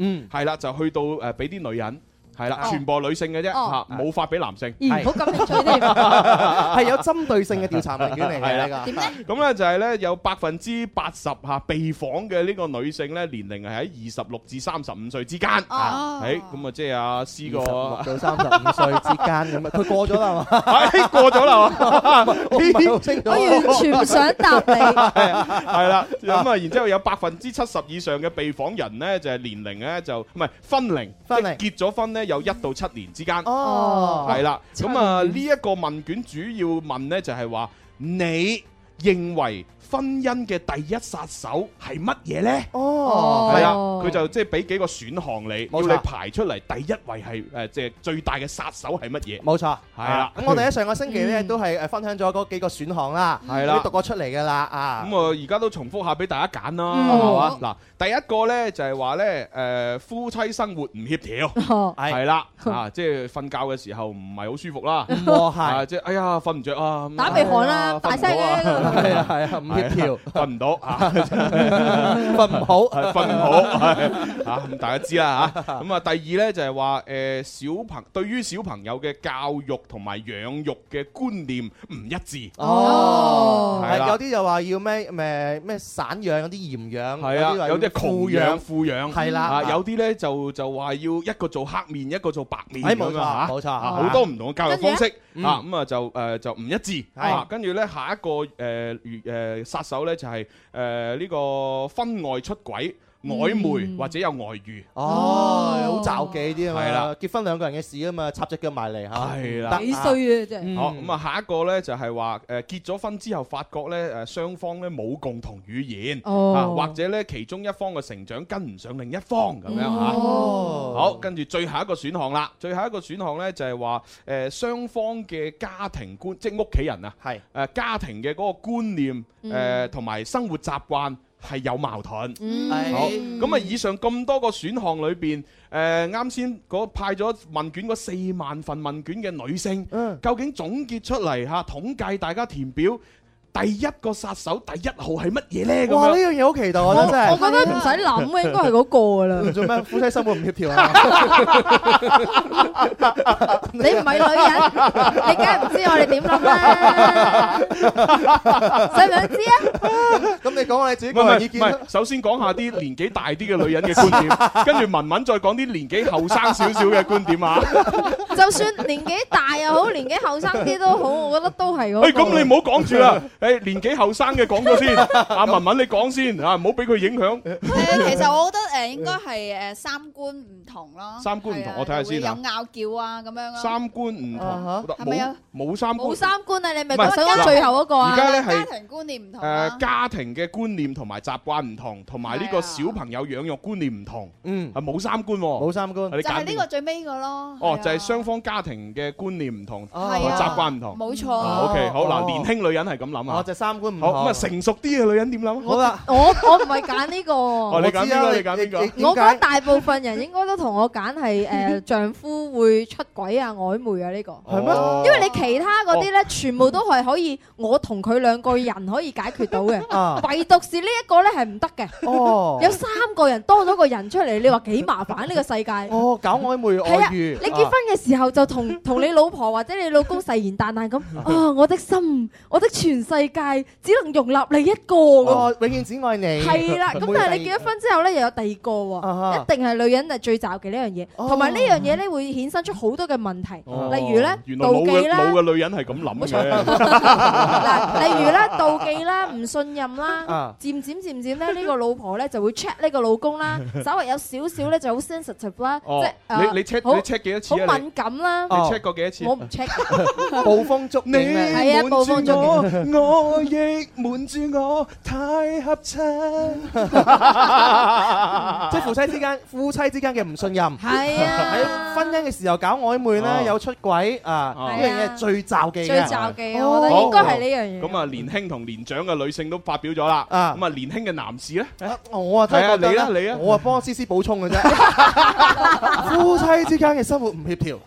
H: 嗯
F: 卷，係啦，就去到誒俾啲女人。係啦，
H: 哦
F: 全部係女性嘅啫，
H: 哦
F: 嚇冇發俾男性。
H: 咦唔好咁興趣添係有針對性嘅調查問卷嚟嘅
F: 係啦
H: 呢個點
F: 咧？咁咧就係咧有百分之八十嚇被訪嘅呢個女性咧年齡係喺二十六至三十五歲之間。
H: 哦
F: 誒咁啊，即係阿思個
H: 26到35歲之間咁啊佢過咗啦嘛？
F: 係哎過咗啦係嘛？
H: 我唔係好
F: 哎
H: 清楚我完全唔想答你
F: 係啊係啦，咁啊，然之後有百分之七十以上嘅被訪人咧就係年齡咧就唔係婚齡，
H: 婚齡
F: 即係結咗婚咧有一到七年之間。
H: 哦
F: 係啦，咁啊呢一個問卷主要問咧就係話你認為婚姻嘅第一殺手係乜嘢咧？
H: 哦
F: 係啦，啊佢就即係俾幾個選項你，
H: 冇錯
F: 要你排出嚟第一位係誒即係最大嘅殺手係乜嘢？
H: 冇錯，
F: 係啦。
H: 咁我哋喺上個星期咧都係誒分享咗嗰幾個選項啦，
F: 係啦
H: 都讀過出嚟㗎啦啊。
F: 咁啊，而家都重複下俾大家揀啦，
H: 嗯
F: 係嘛？嗱，第一個咧就係話咧，誒夫妻生活唔協調，係 啦，啊，即係瞓覺嘅時候唔係好舒服啦，
H: 和諧
F: 啊即係哎呀瞓唔着啊，
D: 打鼻鼾啦，大聲嘅。
H: 係啊係啊，唔協調，
F: 瞓唔到啊， 瞓
H: 唔好，
F: 瞓唔 好係啊，咁大家知啦嚇。咁啊，第二咧就係話誒小朋對於小朋友嘅教育同埋養育嘅觀念唔一致，
H: 哦，
F: 係啦
H: 係有啲就話要咩咩咩散養，有啲鹽養，
F: 係啊，有啲係窮養富養，
H: 係
F: 啊
H: 啦，
F: 有啲咧就就話要一個做黑面，一個做白面
H: 哎
F: 咁
H: 冇
F: 樣啊
H: 錯冇錯
F: 啊
H: 啊
F: 好多唔同嘅教育方式
H: 跟住
F: ờ,
H: 呢
F: ừ, 啊，咁啊就誒就唔一致
H: 係
F: 啊。跟住咧下一個誒誒誒殺手咧就係誒呢個婚外出軌、曖昧或者有外遇。
H: 哦，好罩忌啲啊嘛，
F: 係啦，
H: 結婚兩個人嘅事啊嘛，插只腳埋嚟嚇，
F: 係
H: 得
F: 啦，
D: 啊真
H: 係
F: 好咁啊，下一個咧就係話誒結咗婚之後，發覺咧誒雙方咧冇共同語言，
H: 哦
F: 啊或者咧其中一方嘅成長跟唔上另一方咁樣
H: 嗯
F: 嚇。
H: 哦
F: 好，跟住最後一個選項啦，最後一個選項咧就係話誒雙方嘅家庭觀，即係屋企人啊，
H: 係
F: 誒家庭嘅嗰個觀念
H: 嗯
F: 誒同埋生活習慣。係有矛盾，
H: 嗯
F: 好咁啊！以上咁多個選項裏邊，誒啱先嗰派咗問卷嗰四萬份問卷嘅女性，究竟總結出嚟嚇統計大家填表第一個殺手第一號係乜嘢呢？咁樣
H: 哇！呢樣嘢好期待啊，真係。
D: 我覺得唔使諗嘅，應該係嗰個噶 啦。
H: 做咩夫妻生活唔協調啊？
D: 你唔係女人，你梗係唔知我哋點 諗啦。想唔想知啊？
H: 咁你講下你自己
F: 唔係
H: 個人意
F: 唔
H: 見
F: 係，首先講下啲年紀大啲嘅女人嘅觀點，跟住文文再講啲年紀後生少少嘅觀點啊。
D: 就算年紀大又好，年紀後生啲都好，我覺得都係嗰個。
F: 誒，哎咁你唔好講住啦，誒年紀後生嘅講咗先，阿文文你講先啊，唔好俾佢影響。
A: 其實我覺得誒應該係誒三觀唔同咯，
F: 三觀唔同
A: 係啊
F: 我睇下先啊
A: 會有拗撬啊咁樣咯。
F: 三觀唔同，
A: 係咪
F: 冇
A: 啊
F: 冇三觀。
D: 冇三觀啊？你咪
F: 唔係
D: 講想講最後嗰個啊？
F: 而家咧係
A: 家庭觀念唔同啊，
F: 誒家庭嘅觀念同埋習慣唔同，同埋呢個小朋友養育觀念唔同，
H: 嗯，
F: 係冇三觀喎，冇
H: 三觀，
F: 你
A: 就係
F: 揀
A: 呢
F: 邊
A: 個最尾個咯。
F: 哦，就係雙方家庭嘅觀念唔同，同
A: 啊
F: 埋習慣唔同。
A: 冇錯
F: 哦 OK，好
H: 哦
F: 嗱，年輕女人係咁諗啊。
H: 我就三觀唔同
F: 好咁啊，成熟啲嘅女人點諗啊？
H: 好啦，
D: 我我唔係揀呢個。
F: 哦，你揀邊個？你揀邊個？
D: 我覺得大部分人應該都同我揀係誒 丈夫會出軌啊、曖昧啊呢個。
H: 係咩
D: 因為你其他嗰啲咧，全部都係可以我同佢兩個人可以解決到嘅
H: 啊，
D: 唯獨是呢一個咧係唔得嘅。
H: 哦
D: 有三個人多咗個人出嚟，你話幾麻煩呢個世界？
H: 哦，啊搞曖昧
D: 係啊！
H: 外遇，
D: 你結婚嘅時候就同同你老婆或者你老公誓言旦旦咁啊！我的心，我的全世界只能容納你一個咁
H: 哦。，永遠只愛你。
D: 係 啦，咁但係你結咗婚之後咧，又有第二個
H: 啊
D: 喎，
H: 哦哈
D: 一定係女人係最罩嘅呢樣嘢，同埋呢樣嘢咧會衍生出好多嘅問題，
H: 哦
D: 例如咧
F: 原來老
D: 妒忌
F: 嘅老
D: 啦，
F: 嘅女人係咁諗嘅。
D: 啊嗱，例如咧妒忌啦、唔信任啦
F: 啊，
D: 漸漸漸漸咧呢個老婆咧就會 check 呢個老公啦，稍微有少少咧就好 sensitive 啦，即係，
F: 哦你
D: 呃
F: 你 check
D: 好
F: 你 check 幾多次
D: 好
F: 啊？你
D: 敏感啦，
F: 你 check 過幾多次？
D: 我唔 check，
H: 暴風捉
F: 你
H: 影啊
D: 係啊暴風捉
F: 影 我，我亦
U: 瞒住我太合 襯。
H: 即係夫妻之間，夫妻之間嘅唔信任。
D: 係
H: 啊，喺婚姻嘅時候搞曖昧
F: 哦
H: 咧，有出軌啊，
F: 哦
H: 呢樣嘢係最罩忌嘅。
D: 最罩忌啊
H: 哦
D: 我覺得應該係呢樣嘢。
F: 咁啊，年輕同年長嘅女性都發表咗啦。咁啊，年輕嘅男士咧，
H: 我啊真係覺得
F: 係啊你啊你啊
H: 我啊幫思思補充嘅 啫。夫妻之間嘅生活唔協調，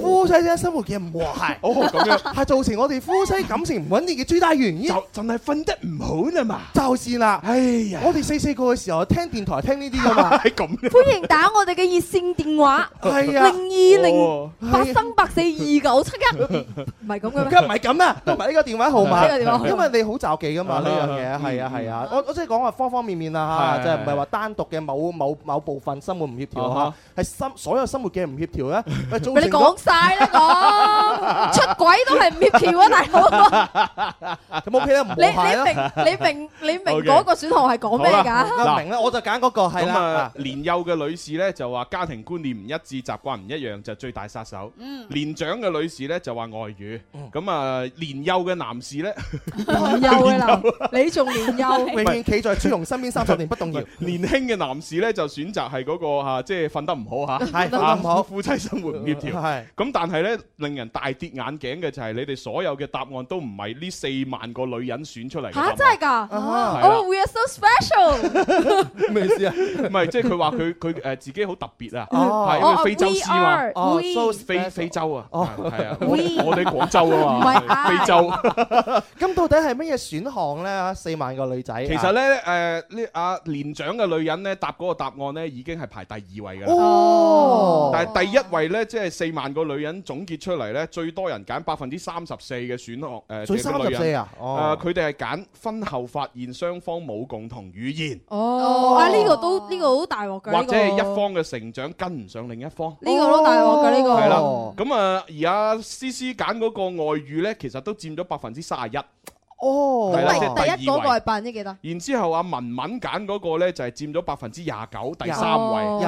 H: 夫妻之間生活嘅唔和諧，
F: 哦咁樣
H: 係造成我哋夫妻感情唔穩定嘅最大原因。就
F: 就係瞓得唔好啦嘛。
H: 就是啦，
F: 哎呀，
H: 我哋細細個嘅時候聽電台聽呢啲噶 嘛，
F: 係咁。
D: 歡迎打我哋嘅熱線電話，
H: 係啊
D: 零二
H: 哦
D: 零八三八四二九七一，唔係咁 嘅咩
H: 梗？唔係 咁啊，都唔係呢個電話號
D: 呢個電話號
H: 碼，
D: 碼
H: 因為你好罩忌噶嘛
F: 啊
H: 呢樣嘢，係啊係啊，我我即係講話方方面面啦
F: 係
H: 嚇，即係唔係話單獨嘅某某某部分生活唔協調
F: 啊
H: 嚇，係心所有生活嘅唔協 調咧，咪造
D: 咪
H: 成
D: 你
H: 咗
D: 講晒啦，講出軌都係唔協調啊，大佬！
H: 咁 OK 啦，唔和
D: 你
H: 諧啦
D: 你明你明你明
F: OK
D: 嗰個選項係講咩
F: 好
D: 㗎？
F: 啦
H: 明啦，我就揀嗰個係
F: 咁
H: 啦
F: 啊。，年幼嘅女士咧就話家庭觀念唔一致、習慣唔一樣就最大殺手。
H: 嗯
F: 年長嘅女士咧就話外遇。咁啊，年幼嘅男 士咧，
D: 年幼嘅男，你仲年幼，
H: 永遠企在朱紅身邊三十年不動搖。
F: 年輕嘅男士咧就選擇係嗰個嚇，即係瞓得唔好嚇，
H: 係瞓得唔好
F: 啊夫妻生活唔協調。
H: 係
F: 咁，但係咧令人大跌眼鏡嘅就係你哋所有嘅答案都唔係呢四萬個女人選出嚟嘅答
D: 吓
F: 案。啊
D: 真係㗎
F: 哈
D: ？Oh we are so special！
H: 咩意思啊？
F: 唔係，即係佢話佢 佢誒自己好特別啊，
H: 哦
F: 係因為
D: 哦
F: 非洲
D: we
F: 獅嘛
D: are，，哦，we
F: 非非洲啊，
H: 哦
F: 係啊，
H: We
F: 我我哋廣州啊嘛，
H: 唔係
F: 非洲。
H: 咁到底係乜嘢選項咧？四萬個女仔，
F: 其實咧誒呢啊年長嘅女人咧答嗰個答案咧已經係排第二位㗎啦。
H: 哦
F: 但係第一位咧，即係四萬個女人總結出嚟咧，最多人揀百分之三十四嘅選項誒，
H: 最
F: 嘅女人呃
H: 34啊哦
F: 誒佢哋係揀婚後發現雙方冇共同語言，
D: 哦，啊呢個都呢個好大鑊
H: 哦
D: 㗎，
F: 或
D: 呢
F: 者係一
D: 個
F: 方嘅成長跟唔上另一方。
D: 呢個都大鑊㗎，呢個
F: 係啦，
H: 哦
F: 咁啊，而阿思思揀嗰個外遇咧，其實都佔咗百分之三十一。
H: 哦
F: 係啦，即係
D: 第一
F: 第二
D: 嗰個係
F: 位。
D: 百分之幾多？
F: 然之後阿文文揀嗰個咧就係佔咗百分之廿九，第三
H: 哦
F: 位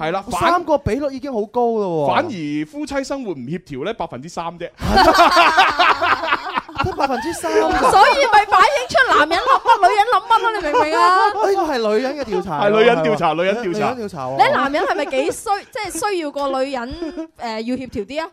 H: 29
F: 係啦，反
H: 三個比率已經好高咯喎，
F: 反而夫妻生活唔協調咧百分之三啫。
H: 得百分 之三，
D: 所以咪反映出男人諗乜，女人諗乜咯？你明唔明啊？
H: 哦呢個係女人嘅調查，
F: 係女人調查女人調查
H: 女人調查喎。
D: 你男人係咪幾衰？ 即係需要個女人誒要協調啲啊？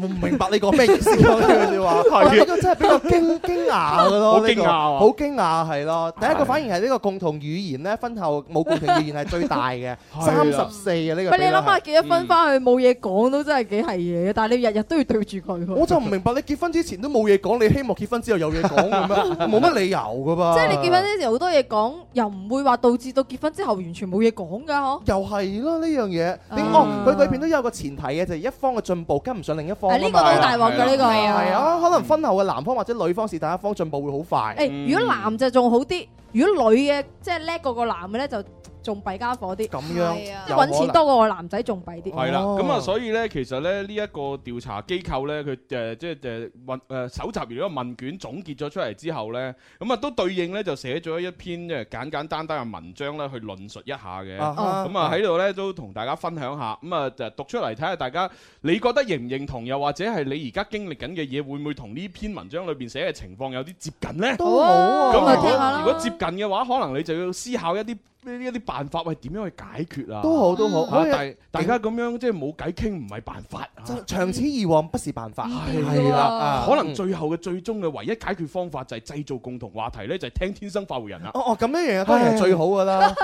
H: 我唔明白你講咩意思咯？呢句説話，
F: 係
H: 哇呢個真係比較驚 驚訝嘅咯，
F: 好
H: 呢個
F: 驚訝啊
H: 好驚訝係咯。第一個反而係呢個共同語言咧，婚後冇共同語言係最 大嘅，
F: 啊
H: 三十四嘅呢個比率係。
D: 喂，你諗下結咗婚
H: 嗯
D: 翻去冇嘢講都真係幾係嘢嘅，但係你日日都要對住佢喎。
H: 我就唔明白你結婚之前都冇嘢講，你希望結婚之後有嘢講咁樣，冇乜理由噶噃。
D: 即係你結婚之前好多嘢講，又唔會話導致到結婚之後完全冇嘢講㗎嗬。
H: 又係咯呢樣嘢，
D: 啊
H: 你哦佢裏邊都有個前提嘅，就係一方嘅進步跟唔上另一方啊
D: 啊
H: 嘛。
D: 呢個都大鑊㗎呢個
H: 係啊，係啊，可能婚後嘅男方或者女方是但一方進步會好快。
D: 誒，如果男就仲好啲，如果女嘅即係叻過個男嘅咧，就仲弊家伙啲。咁
H: 樣
D: 即係啊揾
F: 有可
D: 錢
F: 能
D: 多過個男仔仲弊
H: 哦
D: 啲。
F: 係啦，咁啊，所以咧，其實咧呢一個調查機構咧，佢誒即係誒問誒搜集完呢個問卷總結咗出嚟之後咧，咁啊都對應咧就寫咗一篇即係簡簡單單嘅文章咧去論述一下嘅。
H: 啊哈
F: 咁啊喺度咧都同大家分享下，咁啊就讀出嚟睇下大家你覺得認唔認同，又或者係你而家經歷緊嘅嘢會唔會同呢篇文章裏邊寫嘅情況有啲接近呢？
H: 都好啊
F: 咁如
H: 聽
F: 果
H: 下啦
F: 如果接近嘅話，可能你就要思考一啲。呢一啲辦法，喂，點樣去解決啊？
H: 都好都好
D: 嗯
F: 啊
H: 可以
F: 大大家咁樣即係冇偈傾，唔係辦法啊。
H: 長此以往不是辦法，
D: 嗯
F: 係
H: 係啦，
F: 啦
H: 啊，
F: 可能最後嘅最終嘅唯一解決方法就係製造共同話題咧，就係聽《天生快活人》啦。
H: 哦哦咁樣樣當然係最好噶啦，啊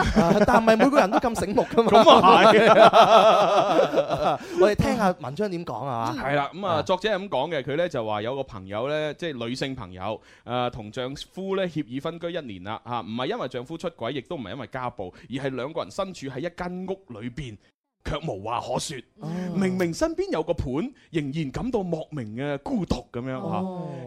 H: 但唔係每個人都咁醒目噶嘛。
F: 咁
H: 啊係， 我哋聽下文章點講啊？
F: 係啦，咁啊，作者係咁講嘅，佢咧就話有個朋友咧，即係女性朋友，誒同丈夫咧協議分居一年啦，嚇唔係因為丈夫出軌，亦都唔係因為家暴，而係兩個人身處喺一間屋裏邊，卻無話可説。明明身邊有個伴，仍然感到莫名嘅孤獨咁
D: 嗯哦
F: 樣
H: 哦
F: 啊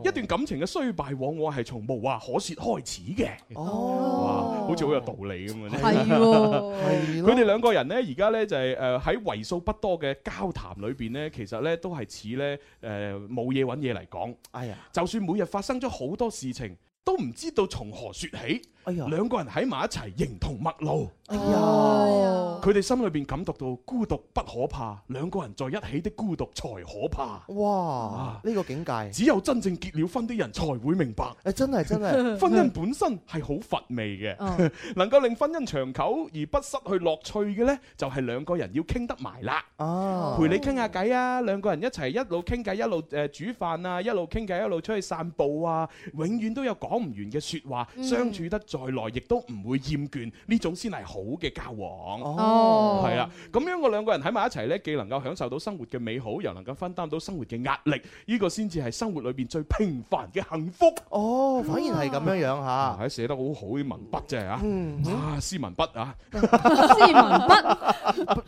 F: 嚇。一段感情嘅衰敗，往往係從無話可説開始嘅。哦，好似好有道理咁啊！
R: 係喎
F: 佢哋兩個人呢，而家呢就係誒喺為數不多嘅交談裏邊呢，其實呢都係似呢誒冇嘢揾嘢嚟講。
H: 哎呀，
F: 就算每日發生咗好多事情，都唔知道從何説起。
H: 哎
F: 呀，兩個人喺埋一齊，形同陌路。
H: 哎
D: 哦
H: 呀，
F: 佢哋心裏邊感覺到孤獨不可怕，兩個人在一起的孤獨才可怕。啊
H: 哇，呢個境界，
F: 只有真正結了婚的人才會明白。
H: 誒真係 真係
F: 婚 姻本身係好乏味嘅，
H: 哦
F: 能夠令婚姻長久而不失去樂趣嘅呢，就係、兩個人要傾得埋啦。
H: 哦
F: 陪你傾下偈啊，兩個人一齊一路傾偈，一路誒、呃煮飯啊，一路傾偈，一路出去散步啊，永遠都有講唔完嘅説話，
H: 嗯
F: 相處得再耐，亦都唔會厭倦，呢種先係好嘅交往。
H: 哦
F: 係啦，咁樣個兩個人喺埋一齊呢，既能夠享受到生活嘅美好，又能夠分擔到生活嘅壓力，呢、個先至係生活裏邊最平凡嘅幸福。
H: 哦，反而係咁樣樣嚇，
F: 係啊寫得好好啲文筆啫嚇，
H: 啊嗯
F: 啊斯文筆啊，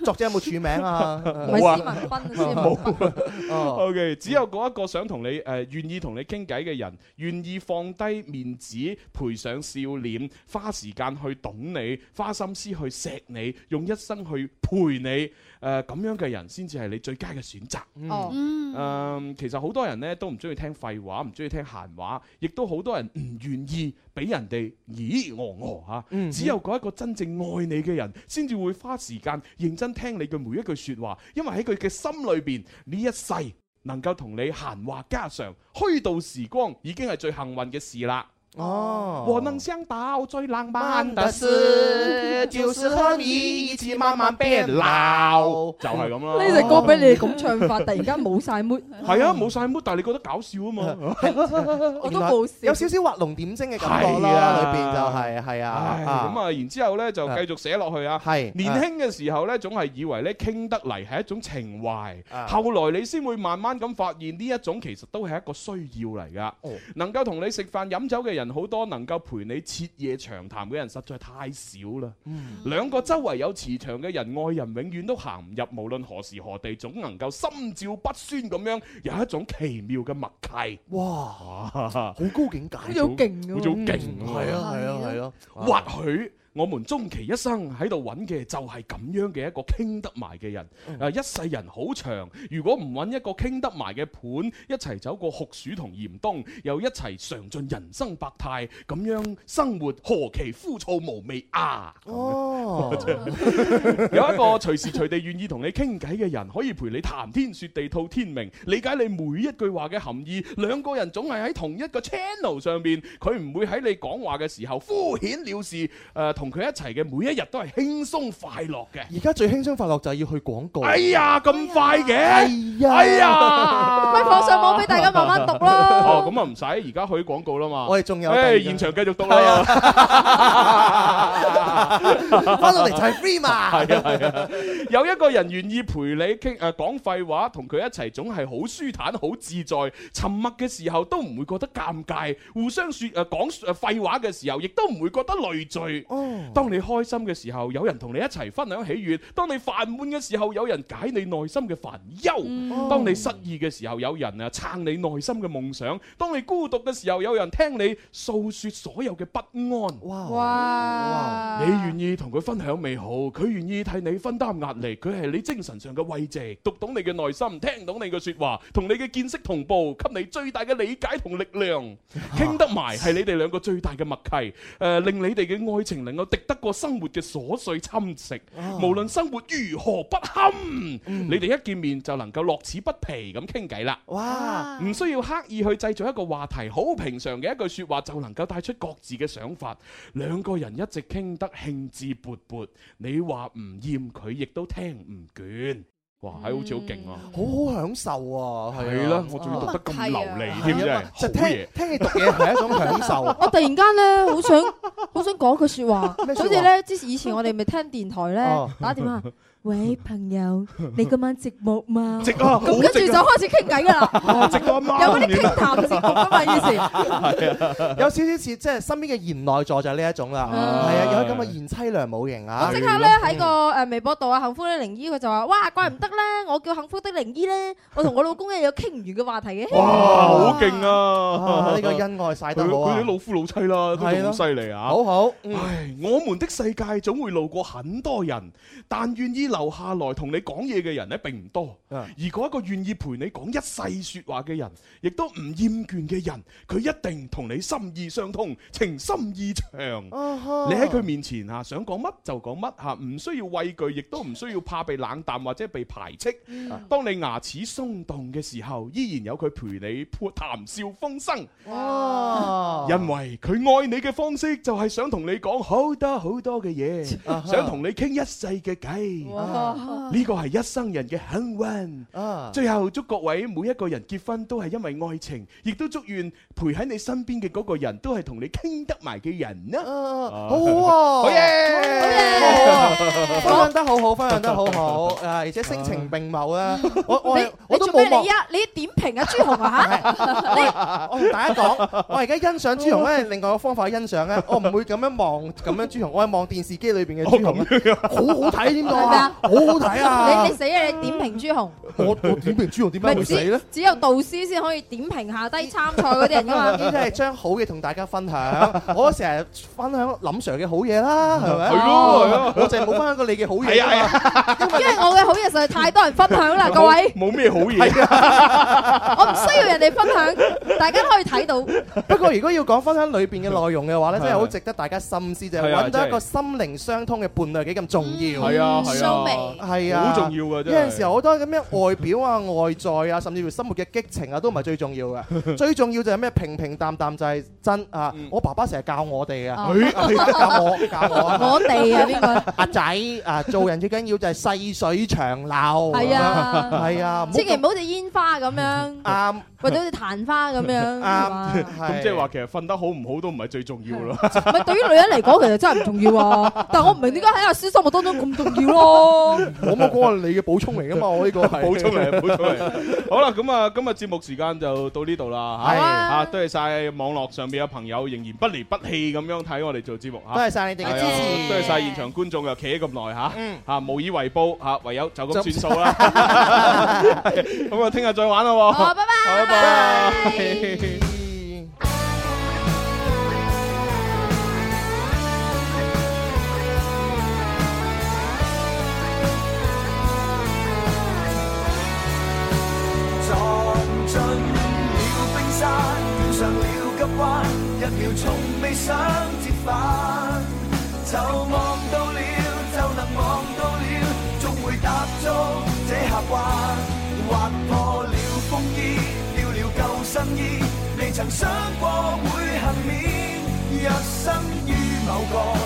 H: 作者有冇署 名啊？
F: 冇啊，冇。
H: 哦
F: O K，只有嗰一個想同你誒願意同你傾偈嘅人，願意放低面子，賠上笑臉，花時間去懂你，花心思去錫你，用一生去陪你。誒咁樣嘅人先至係你最佳嘅選擇。
R: 哦
F: 嗯，誒其實好多人呢都唔中意聽廢話，唔中意聽閒話，亦都好多人唔願意俾人哋咦我我啊
D: 嗯
H: 嗯
F: 嚇。只有嗰一個真正愛你嘅人，先至會花時間認真聽你嘅每一句説話，因為喺佢嘅心裏邊，呢一世能夠同你閒話家常、虛度時光，已經係最幸運嘅事啦。
H: 哦
F: 我能相到最浪漫
H: 的事就是和你一起慢慢變
F: 老，
H: 嗯
F: 就係咁啦。
D: 呢隻歌俾你哋咁唱法，突然間冇晒 mood。
F: 係啊，冇晒 mood，但係你覺得搞笑啊嘛。
D: 我都冇笑。
H: 有少少畫龍點睛嘅感覺
F: 係
H: 啦，裏
F: 啊
H: 邊就係係啊
F: 唉
H: 啊
F: 咁。啊，然之後咧就繼續寫落去啊。
H: 係
F: 年輕嘅時候咧，總係以為咧傾得嚟係一種情懷，
H: 啊
F: 後來你先會慢慢咁發現呢一種其實都係一個需要嚟㗎。
H: 哦
F: 能夠同你食飯飲酒嘅人好多，能夠陪你徹夜長談嘅人實在太少啦。
H: 嗯
F: 兩個周圍有磁場嘅人，愛人永遠都行唔入，無論何時何地，總能夠心照不宣咁樣有一種奇妙嘅默契。
H: 哇！
F: 好
H: 高境界，好嗯
F: 似好勁咁好似好勁咁
H: 係啊係啊係啊！
F: 或許我們終其一生喺度揾嘅就係咁樣嘅一個傾得埋嘅人。啊，一世人好長，如果唔揾一個傾得埋嘅伴，一齊走過酷暑同嚴冬，又一齊嘗盡人生百態，咁樣生活何其枯燥無味啊！
H: 哦，
F: 有一個隨時隨地願意同你傾偈嘅人，可以陪你談天說地、吐天明，理解你每一句話嘅含義。兩個人總係喺同一個 channel 上面，佢唔會喺你講話嘅時候敷衍了事。誒、同佢一齊嘅每一日都係輕鬆快樂嘅。
H: 而家最輕鬆快樂就係要去廣告。
F: 哎呀，咁快嘅！
H: 哦哎呀
F: 哎呀，
D: 咪放上網俾大家慢慢讀咯。
F: 哦，咁啊唔使，而家去廣告啦嘛。
H: 我哋仲有第二個
F: 誒，哎現場繼續讀 啦。
H: 翻到嚟就係 free 嘛。
F: 係啊係啊，有一個人願意陪你傾誒講廢話，同佢一齊總係好舒坦、好自在。沉默嘅時候都唔會覺得尷尬，互相説誒講誒廢話嘅時候，亦都唔會覺得累贅。
H: 哦，
F: 當你開心嘅時候，有人同你一齊分享喜悅；當你煩悶嘅時候，有人解你內心嘅煩憂；
D: 嗯
F: 當你失意嘅時候，有人啊撐你內心嘅夢想；當你孤獨嘅時候，有人聽你訴説所有嘅不安。
D: 哇！
F: 你願意同佢分享美好，佢願意替你分擔壓力，佢係你精神上嘅慰藉，讀懂你嘅內心，聽懂你嘅説話，同你嘅見識同步，給你最大嘅理解同力量，傾得埋係你哋兩個最大嘅默契，誒、令你哋嘅愛情能夠敵得過生活嘅瑣碎侵蝕，
H: 哦
F: 無論生活如何不堪，
H: 嗯
F: 你哋一見面就能夠樂此不疲咁傾偈啦。
H: 哇！
F: 唔需要刻意去製造一個話題，好平常嘅一句説話就能夠帶出各自嘅想法。兩個人一直傾得興致勃勃，你話唔厭佢，亦都聽唔倦。哇，
D: 嗯
F: 係好似好勁啊！
H: 好好享受啊，係啊
F: 係啦我仲要讀得咁流利添
H: 係啊
F: 真係
H: 就
F: 好
H: 聽
F: 嘢
H: 聽你讀嘢係一種享 受。
D: 我突然間咧，好想好想講句説話，
H: 咩説話
D: 好似咧之前以前我哋咪聽電台
H: 哦
D: 咧打電 話，喂朋友，你今晚寂寞嘛？
F: 寂啊
D: 咁
F: 好
D: 跟住
F: 寂哦
D: 就
F: 啊
D: 開始傾偈㗎啦，
F: 直到阿啊媽
D: 有嗰啲傾談節目㗎嘛，以前。
H: 有少少似即係身邊嘅賢內助就係呢一種啦，係啊，有咁嘅賢妻良母型啊！
D: 即刻咧喺個誒微博度啊，幸福的靈醫佢就話：哇，怪唔得啦，我叫幸福的靈醫咧，我同我老公咧有傾唔完嘅話題嘅。
F: 哇，好勁啊！
H: 啊呢個恩愛晒得好啊
F: 佢佢啲老夫老妻啦，都仲
H: 係咯
F: 咁犀利啊！
H: 好好，嗯
F: 唉，我們的世界總會路過很多人，但願意留下來同你講嘢嘅人呢並唔多。而嗰一個願意陪你講一世説話嘅人，亦都唔厭倦嘅人，佢一定同你心意相通，情深意長。
H: 啊哦
F: 你喺佢面前啊，想講乜就講乜嚇，唔需要畏懼，亦都唔需要怕被冷淡或者被排斥。當你牙齒鬆動嘅時候，依然有佢陪你談笑風生。
H: 哦
F: 因為佢愛你嘅方式就係想同你講好多好多嘅嘢，
H: 啊哈
D: Uh-huh。
F: 想同你傾一世嘅偈。
H: 哇
F: 呢個係一生人嘅幸運。
D: Uh。
H: 啊
F: 最後祝各位每一個人結婚都係因為愛情，亦都祝願陪喺你身邊嘅嗰個人都係同你傾得埋嘅人啦。
H: Ờ, 好好啊，
F: 好嘢！
D: 啊
H: 分 享得好好，分享得好好，啊而且聲情並茂啦。我我係
D: 你
H: 我都
D: 做咩
H: 冇望
D: 你。啊？你點評啊朱紅 啊嚇？你
H: 我同大家講，我而家欣賞朱紅咧，另外個方法欣賞咧，我唔會咁樣望咁樣朱紅，我係望電視機裏邊嘅朱紅，好好睇添㗎，
D: 係咪啊
H: 好好睇啊！
D: 你你死啊！你點評朱紅？
H: 我我點評朱紅點解會死咧？
D: 只有導師先可以點評下低參賽嗰啲人噶嘛。
H: 呢啲 係啊將好嘅同大家分享，我成日分享林 Sir 嘅好嘢啦，係咪？
F: 係咯係咯
H: 我就係冇分享過你嘅好嘢啊嘛。
D: 因為我嘅好嘢實在太多人分享啦，Uh，各位，
F: 冇咩好 嘢。
D: 我唔需要人哋分享，大家可以睇到。
H: 不過如果要講分享裏邊嘅內容 嘅話咧，真係好值得大家深思，就係
F: 係啊
H: 揾到一個
F: 真
H: 心靈相通嘅伴侶幾咁重要。
F: 係啊係啊嗯
H: 係啊，
F: 好重要㗎真
H: 有
F: 係
H: 陣時候好多咁樣外表啊、外在啊，甚至乎生活嘅激情啊，都唔係最重 要嘅。最重要就係咩平平淡淡就係真啊！
F: 嗯
H: 我爸爸成日教我哋啊，
F: 哎
H: 教我教 我
D: 我哋啊邊個？
H: 阿仔啊，做人最緊要就係細水長流。
D: 係啊
H: 係啊，唔好
D: 千祈唔好好似煙花咁樣，
H: 啱
D: 或者好似曇花咁樣。
H: 啱
F: 咁即係話其實瞓得好唔好都唔係最重要咯。
D: 唔係對於女人嚟講，其實真係唔重要啊！但係我唔明點解喺阿師心目當中咁重要咯。
H: 我冇講話你嘅補充嚟噶嘛，我 呢個係
F: 補充嚟，補充嚟。好啦，咁啊，今日節目時間就到呢度啦。
H: 係
F: 嚇
H: 啊
F: 啊，多謝晒網絡上邊嘅朋友，仍然不離不棄咁樣睇我哋做節目嚇。
H: 多謝晒你哋嘅支持
F: 係啊多謝晒現場觀眾啊又企咗咁耐嚇
H: 嗯，
F: 嚇無以為報嚇，唯有就
H: 就
F: 咁算數啦。 係咁啊，聽日再玩啦喎。
D: 好，拜
F: 拜，拜拜。
H: Hãy subscribe cho kênh Ghiền Mì Gõ Để không bỏ lỡ
C: 上了急彎，一秒從未想折返，就望到了，就能望到了，終會踏足這峽灣，劃破了風衣，了了救生衣，未曾想過會幸免，若生於某個。